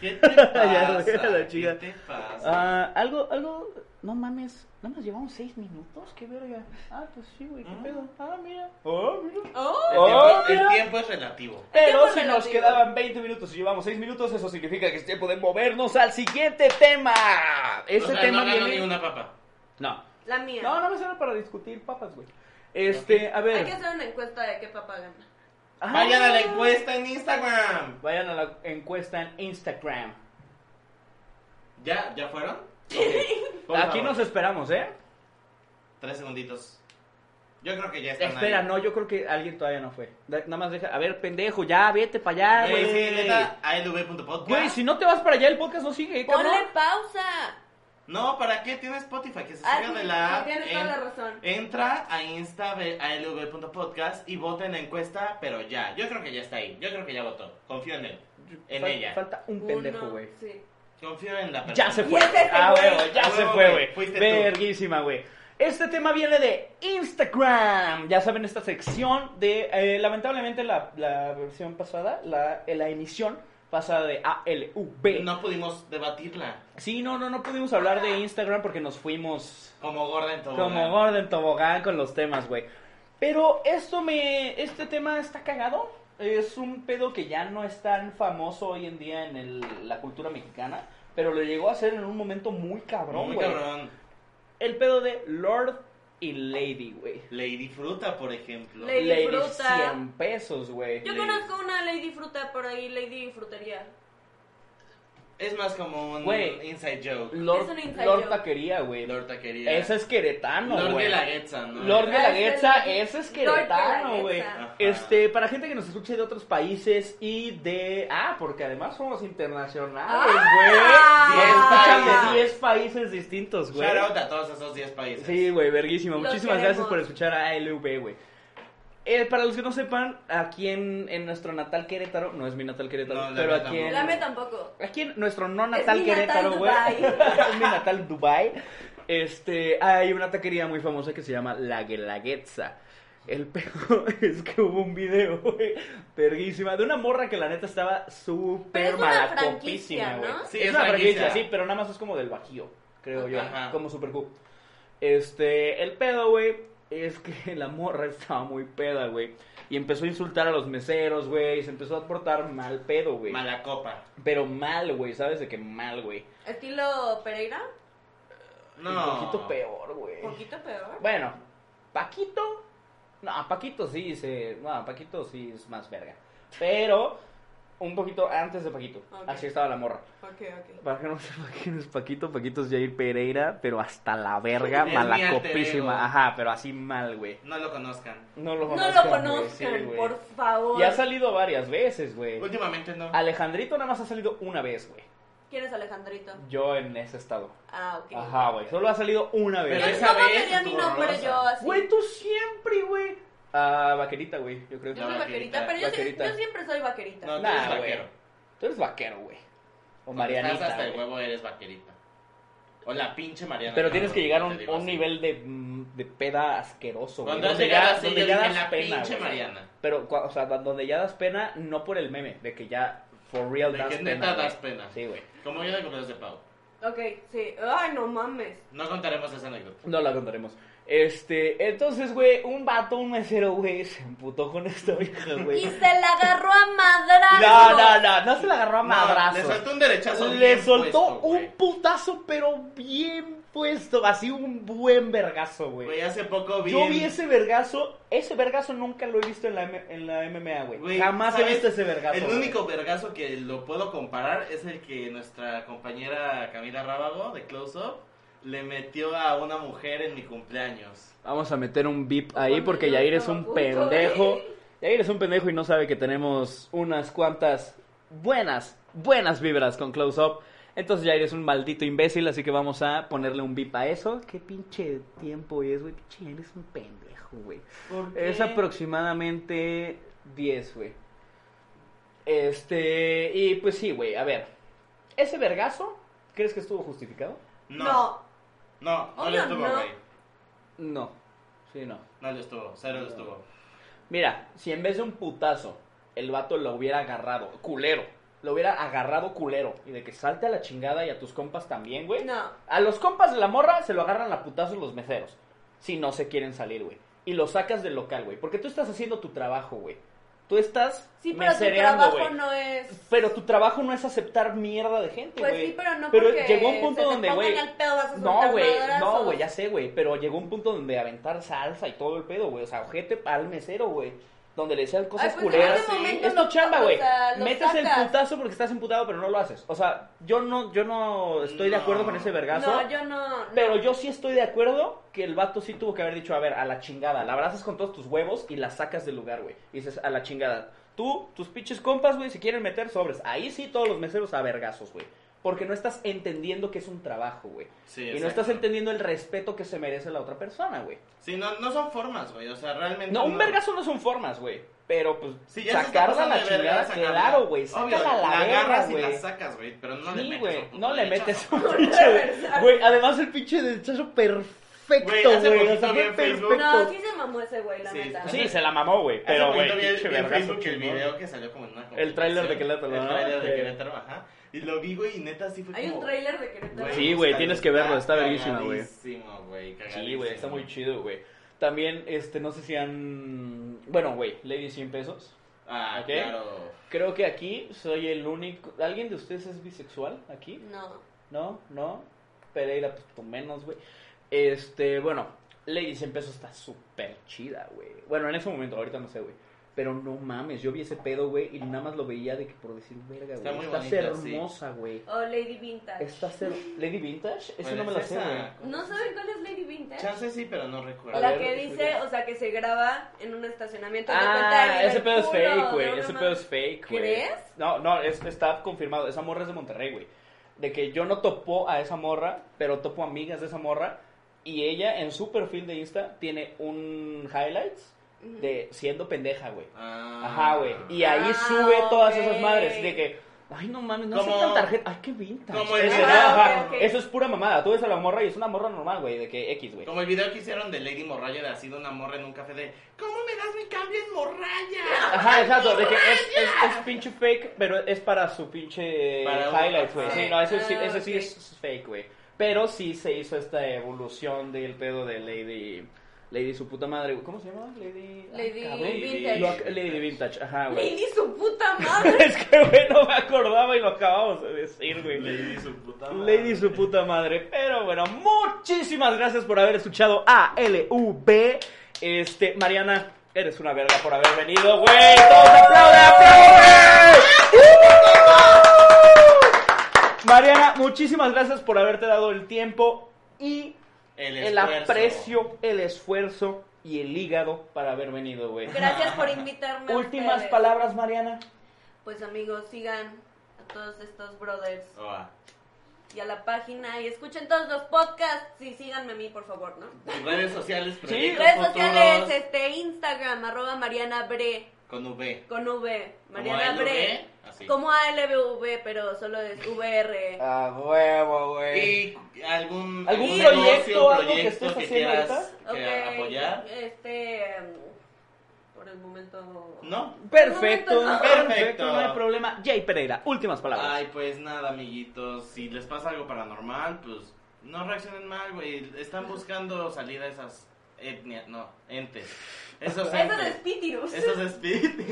¿Qué te pasa? Ya, ya, la chica. ¿Qué te pasa? Ah, algo, algo, no mames, no nos llevamos seis minutos, qué verga. Ah, pues sí, güey, qué Ah. pedo. Ah, mira. Oh, mira. Oh, El, tiempo, Oh, el mira. tiempo es relativo. Pero Tiempo si nos relativo. quedaban 20 minutos y llevamos 6 minutos, eso significa que es tiempo de movernos al siguiente tema. Ese O sea, tema no ganó viene. ni una papa. No. la mía. No, no me sirve para discutir papas, güey. Este, a Hay que ver. hacer una encuesta de qué papá gana. Ah. Vayan a la encuesta en Instagram. Vayan a la encuesta en Instagram. ¿Ya? ¿Ya fueron? Por Aquí favor. nos esperamos, ¿eh? Tres segunditos. Yo creo que ya están Espera, ahí. no, yo creo que alguien todavía no fue. Da- Nada más deja. A ver, pendejo, ya, vete para allá, Güey, güey. sí, neta, ALV.podcast. Güey, si no te vas para allá, el podcast no sigue, ¿eh, cabrón. Ponle pausa. No, ¿para qué? Tiene Spotify, que se Ah, salga sí, de la sí, app. tienes toda en- la razón. Entra a Insta ve- a lv.podcast y vota en la encuesta, pero ya. Yo creo que ya está ahí. Yo creo que ya votó. Confío en él. En Fal- ella. Falta un pendejo, Uno, güey. Sí. Confío en la persona. Ya se Y fue. es este, ah, güey. huevo, ya Ah, se huevo, fue, güey. güey. Fuiste tú. Verguísima, güey. Este tema viene de Instagram. Ya saben, esta sección de. eh, lamentablemente, la, la versión pasada, la, eh, la emisión pasada de ALV. No pudimos debatirla. Sí, no, no, no pudimos hablar de Instagram porque nos fuimos Como gorda en todo. como gordo en tobogán con los temas, güey. Pero esto me. Este tema está cagado. Es un pedo que ya no es tan famoso hoy en día en el- la cultura mexicana. Pero lo llegó a ser en un momento muy cabrón, Muy güey. cabrón. El pedo de Lord y Lady, güey. Lady Fruta, por ejemplo. Lady Fruta. 100 pesos, güey. Yo Lady. conozco una Lady Fruta por ahí, Lady Frutería. Es más como un Güey. inside joke. Lord, Es un inside Lord joke. Taquería, güey. Lord Taquería. Ese es queretano, güey. Lord de la Guetza, ¿no? Lord de Ah, la es Guetza, el- ese es Lord de la queretano, güey. Guetza. Ajá. Este, para gente que nos escuche de otros países y de... Ah, porque además somos internacionales, güey. Ah. Nos escuchan de 10 países distintos, güey. Shout out a todos esos 10 países. Sí, güey, verguísima. Los Muchísimas queremos. gracias por escuchar a ALV, güey. Eh, para los que no sepan, aquí en, en nuestro natal Querétaro, no es mi natal Querétaro, No, la pero mía aquí en, La mía tampoco. aquí en nuestro no natal mi natal Querétaro, güey, Dubái. es mi natal Dubai, este, hay una taquería muy famosa que se llama La Guelaguetza. El peor es que hubo un video, güey, verguísima, de una morra que la neta estaba Pero súper es una malacopísima, franquicia, güey. ¿no? Sí, es, es una franquicia, franquicia. sí, pero nada más es como del Bajío, creo yo, Ajá. como Super Q. Este, el pedo, güey, es que la morra estaba muy peda, güey. Y empezó a insultar a los meseros, güey. Y se empezó a portar mal pedo, güey. Mala copa. Pero mal, güey. ¿Sabes de qué mal, güey? Estilo Pereira, No. Un poquito peor, güey. poquito peor. Bueno, Paquito. No, Paquito sí se. No, Paquito sí es más verga. Pero, un poquito antes de Paquito. Ok. Así estaba la morra. Ok, ok. Para que no sepa quién es Paquito, Paquito es Jair Pereira, pero hasta la verga, Es mi alter ego. malacopísima. Ajá, pero así mal, güey. No lo conozcan. No lo No conozcan. lo güey, sí, conozcan, güey. por favor. Y ha salido varias veces, güey. Últimamente Pues no. Alejandrito nada más ha salido una vez, güey. ¿Quién es Alejandrito? Yo en ese estado. Ah, ok. Ajá, güey. Solo ha salido una Yo- Pero vez. esa ¿Cómo vez sería mi estuvo nombre rosa. yo así? Güey, tú siempre, güey. Ah, vaquerita, güey. Yo creo que. Yo soy No, vaquerita, vaquerita, pero yo, soy- vaquerita. yo siempre soy vaquerita. No, tú Nah, eres güey. vaquero. Tú eres vaquero, güey. O Cuando estás Marianita. hasta güey. el huevo eres vaquerita. O la pinche Mariana. Pero Cabo, tienes que llegar a te un, digo un así. nivel de, mm, de peda asqueroso, güey. Cuando has Donde llegado ya- así, donde yo ya dije, das la pena, pinche güey. Mariana. Pero, cua- o sea, da- donde ya das pena, no por el meme, de que ya for real De das que pena. neta güey. das pena. Sí, güey. Como yo de cumpleaños de Pau. Ok, sí. Ay, no mames. No contaremos esa anécdota. No la contaremos. Este, entonces, güey, un vato, un mesero, güey, se emputó con esta vieja, Y güey. se la agarró a madrazos. No, no, no, no se la agarró a No, madrazos. le soltó un derechazo. Le bien soltó puesto, un putazo, pero bien puesto, así un buen vergazo, güey. güey. Güey, hace poco vi. Yo en- vi ese vergazo, ese vergazo nunca lo he visto en la, M- en la MMA, güey. Güey, Jamás he ¿sabes? visto ese vergazo. El güey. único vergazo que lo puedo comparar es el que nuestra compañera Camila Rábago de Close Up le metió a una mujer en mi cumpleaños. Vamos a meter un bip ahí Cuando porque yo Yair es estaba un puto, pendejo. güey. Yair es un pendejo y no sabe que tenemos unas cuantas buenas, buenas vibras con Close Up. Entonces Yair es un maldito imbécil, así que vamos a ponerle un bip a eso. Qué pinche tiempo es, güey. Pinche Yair es un pendejo, güey. Es aproximadamente 10, güey. Este, y pues sí, güey, a ver. ¿Ese vergazo crees que estuvo justificado? No, no, No. no, le Obvio estuvo, no. güey. No. Sí, no. No le estuvo, cero Ah. le estuvo. Mira, si en vez de un putazo, el vato lo hubiera agarrado, culero, lo hubiera agarrado culero, y de que salte a la chingada y a tus compas también, güey. No. A los compas de la morra se lo agarran a putazos los meseros, si no se quieren salir, güey. Y lo sacas del local, güey, porque tú estás haciendo tu trabajo, güey. Tú estás Sí, pero tu mesereando, trabajo güey. no es. Pero tu trabajo no es aceptar mierda de gente, güey. Pues sí, pero no Pero porque llegó un punto se te donde, pongan güey, al pedo, vas a No, soltar güey, no, madrazos. güey, ya sé, güey, pero llegó un punto donde aventar salsa y todo el pedo, güey, o sea, ojete al mesero, güey, donde le decían cosas Ay, pues, en culeras. ese momento Es tu lo- chamba, o güey. sea, lo Metes el sacas. putazo porque estás imputado, pero no lo haces. O sea, yo no yo no estoy de No. acuerdo con ese vergazo. No, yo no. no. Pero yo sí estoy de acuerdo que el vato sí tuvo que haber dicho, a ver, a la chingada, la abrazas con todos tus huevos y la sacas del lugar, güey. Y dices, a la chingada. Tú, tus pinches compas, güey, si quieren meter sobres. Ahí sí todos los meseros a vergazos, güey. porque no estás entendiendo que es un trabajo, güey. Sí, y exacto. no estás entendiendo el respeto que se merece la otra persona, güey. Sí, no, no son formas, güey. O sea, realmente. No, un vergazo no son formas, güey. Pero pues Sí, ya se está sacarla a la pasando de verga, chingada, sacarla. claro, güey. Obvio, Sácala a la, la agarras verga, y la güey. sacas, güey. Pero no le Sí, metes. güey. un puto No le derechazo, metes güey. un pinche. Güey, además el pinche derechazo Güey, perfecto, hace güey. poquito O sea, vi fue en Facebook- No, perfecto. sí se mamó ese güey, la Sí, neta. sí. Sí, se la mamó, güey. Hace Pero, güey, poquito vi el- pinche vi en vergazo Facebook el chingón. video que salió como en una El tráiler de competición. Querétaro, El ¿no? tráiler de Sí. Querétaro, ajá. Y lo vi, güey, y neta sí fue Hay un como, trailer de Querétaro. Sí, güey, está- tienes que verlo, está verguísima, güey. cagadísimo, güey. Sí, güey, está cagadísimo. muy chido, güey. También, este, no sé si han... Bueno, güey, Lady 100 pesos. Ah, Ok. claro. Creo que aquí soy el único... ¿Alguien de ustedes es bisexual aquí? No. No, no. Pereira, pues tú menos, güey. Este, bueno, Lady 100 pesos está súper chida, güey. Bueno, en ese momento, ahorita no sé, güey. Pero no mames, yo vi ese pedo, güey, y nada más lo veía de que por decir, verga, Está muy güey. Estás bonita, sí. hermosa, güey. O Oh, Lady Vintage. Estás her... ¿Lady Vintage? Eso Bueno, no me la es sé, esa. güey. ¿No saben cuál es Lady Vintage? Chance sí, pero no recuerdo. la A ver, que dice, explica. o sea, que se graba en un estacionamiento. de cuenta Ah, de ese pedo es Liverpool fake, o güey. de Ese una pedo ma- es fake, güey. ¿Crees? No, no, es- está confirmado. Esa morra es de Monterrey, güey. De que yo no topo a esa morra, pero topo amigas de esa morra. Y ella en su perfil de Insta tiene un highlights Ujú. de siendo pendeja, güey. Ah. Ajá, güey. Y ahí Ah, sube todas ok. esas madres de que, ay, no mames, no Como- soy tan tarjeta. Ay, qué vintage. como el Eso, video. ajá. Ah, ok, ok. Eso es pura mamada. Tú ves a la morra y es una morra normal, güey, de que X, güey. Como el video que hicieron de Lady Morraya de así de una morra en un café de ¿Cómo me das mi cambio en Morraya? Ajá, exacto, de que es, es- es pinche fake, pero es para su pinche Para un- highlights, güey. Sí, no, ese, sí, Ah, ese sí ok. es, es fake, güey. Pero sí se hizo esta evolución del pedo de Lady. Lady su puta madre, güey. ¿Cómo se llama? Lady. ay, Lady cabrón. Vintage. Lo ac- Lady Vintage, ajá, ah, güey. Lady su puta madre. Es que, güey, no me acordaba y lo acabamos de decir, güey. Lady su puta madre. Lady su puta madre. Pero bueno, muchísimas gracias por haber escuchado a LUB. Este, Mariana, eres una verga por haber venido, güey. Todos aplauden, aplauden. ¡Uh! Mariana, muchísimas gracias por haberte dado el tiempo y el, el esfuerzo. aprecio, el esfuerzo y el hígado para haber venido, güey. Gracias por invitarme. a Últimas ustedes. palabras, Mariana. Pues amigos, sigan a todos estos brothers Oh, ah. y a la página y escuchen todos los podcasts y síganme a mí, por favor, ¿no? Tus Redes sociales, proyectos Redes futuros sociales, este, Instagram, arroba Mariana Bre, con V. con V, Mariana ¿Como ALV? Bre, Así. como ALBV, pero solo es E. VR. A huevo, ¿Y algún, ¿Algún algún proyecto, negocio, algo que proyecto estés que haciendo quieras ahorita? que Ok, apoyar? Este, mm, por el momento... ¿No? Perfecto, Un momento, no. perfecto, no hay problema. Jay Pereira, últimas palabras. Ay, pues nada, amiguitos. Si les pasa algo paranormal, pues no reaccionen mal, güey. Están buscando salida a esas etnias, no, entes. Esos Eso es entes. espíritus. Esos espíritus.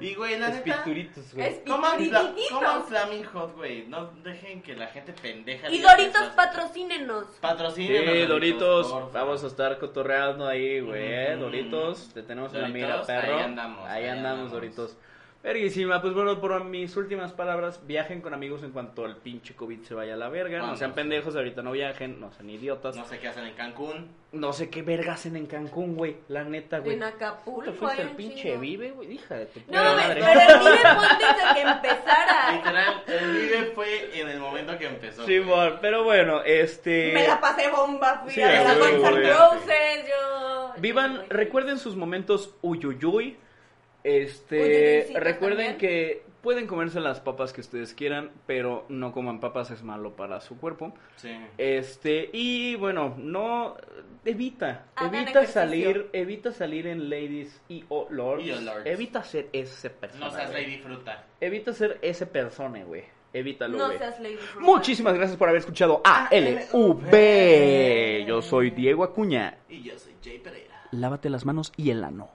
Y, güey, la neta. Espituritos, Es güey. Coman, fla- pituriditos. coman Flaming Hot, güey. No dejen que la gente pendeja. Y les- Doritos, les- patrocínenos. Patrocinen. Sí, a Doritos, porfa. vamos a estar cotorreando ahí, güey. ¿eh? Mm. Doritos, te tenemos en la mira, Doritos, ahí perro. andamos, Ahí ahí andamos, andamos. Doritos. Verguísima, pues bueno, por mis últimas palabras, viajen con amigos en cuanto el pinche COVID se vaya a la verga. No Vamos. sean pendejos, ahorita no viajen, no sean idiotas. No No, sé qué hacen en Cancún. sé qué verga hacen en Cancún, güey. La neta, güey. En Acapulco. ¿Te fuiste hay al un pinche chingo. vive, güey? Hija de tu No, puta mames, madre. pero el Vive fue antes de que empezara. Literal, el vive fue en el momento que empezó. Sí, güey. bueno, pero bueno, este... Me la pasé bomba, fui Sí, a a la huevo, Guns N' güey. Roses, yo... Vivan, recuerden sus momentos uyuyuy. Este, Uyuyuycitos recuerden también. que pueden comerse las papas que ustedes quieran, pero no coman papas, es malo para su cuerpo. Sí. Este, y bueno, no evita, Hagan evita ejercicio. salir, evita salir en ladies y o lords. Y o lords. Evita ser ese persona. No seas güey. Lady Fruta. Evita ser ese persona, güey. Evítalo, No güey. seas Lady Fruta. Muchísimas gracias por haber escuchado a LV. Yo soy Diego Acuña. Y yo soy Jay Pereira. Lávate las manos y el ano.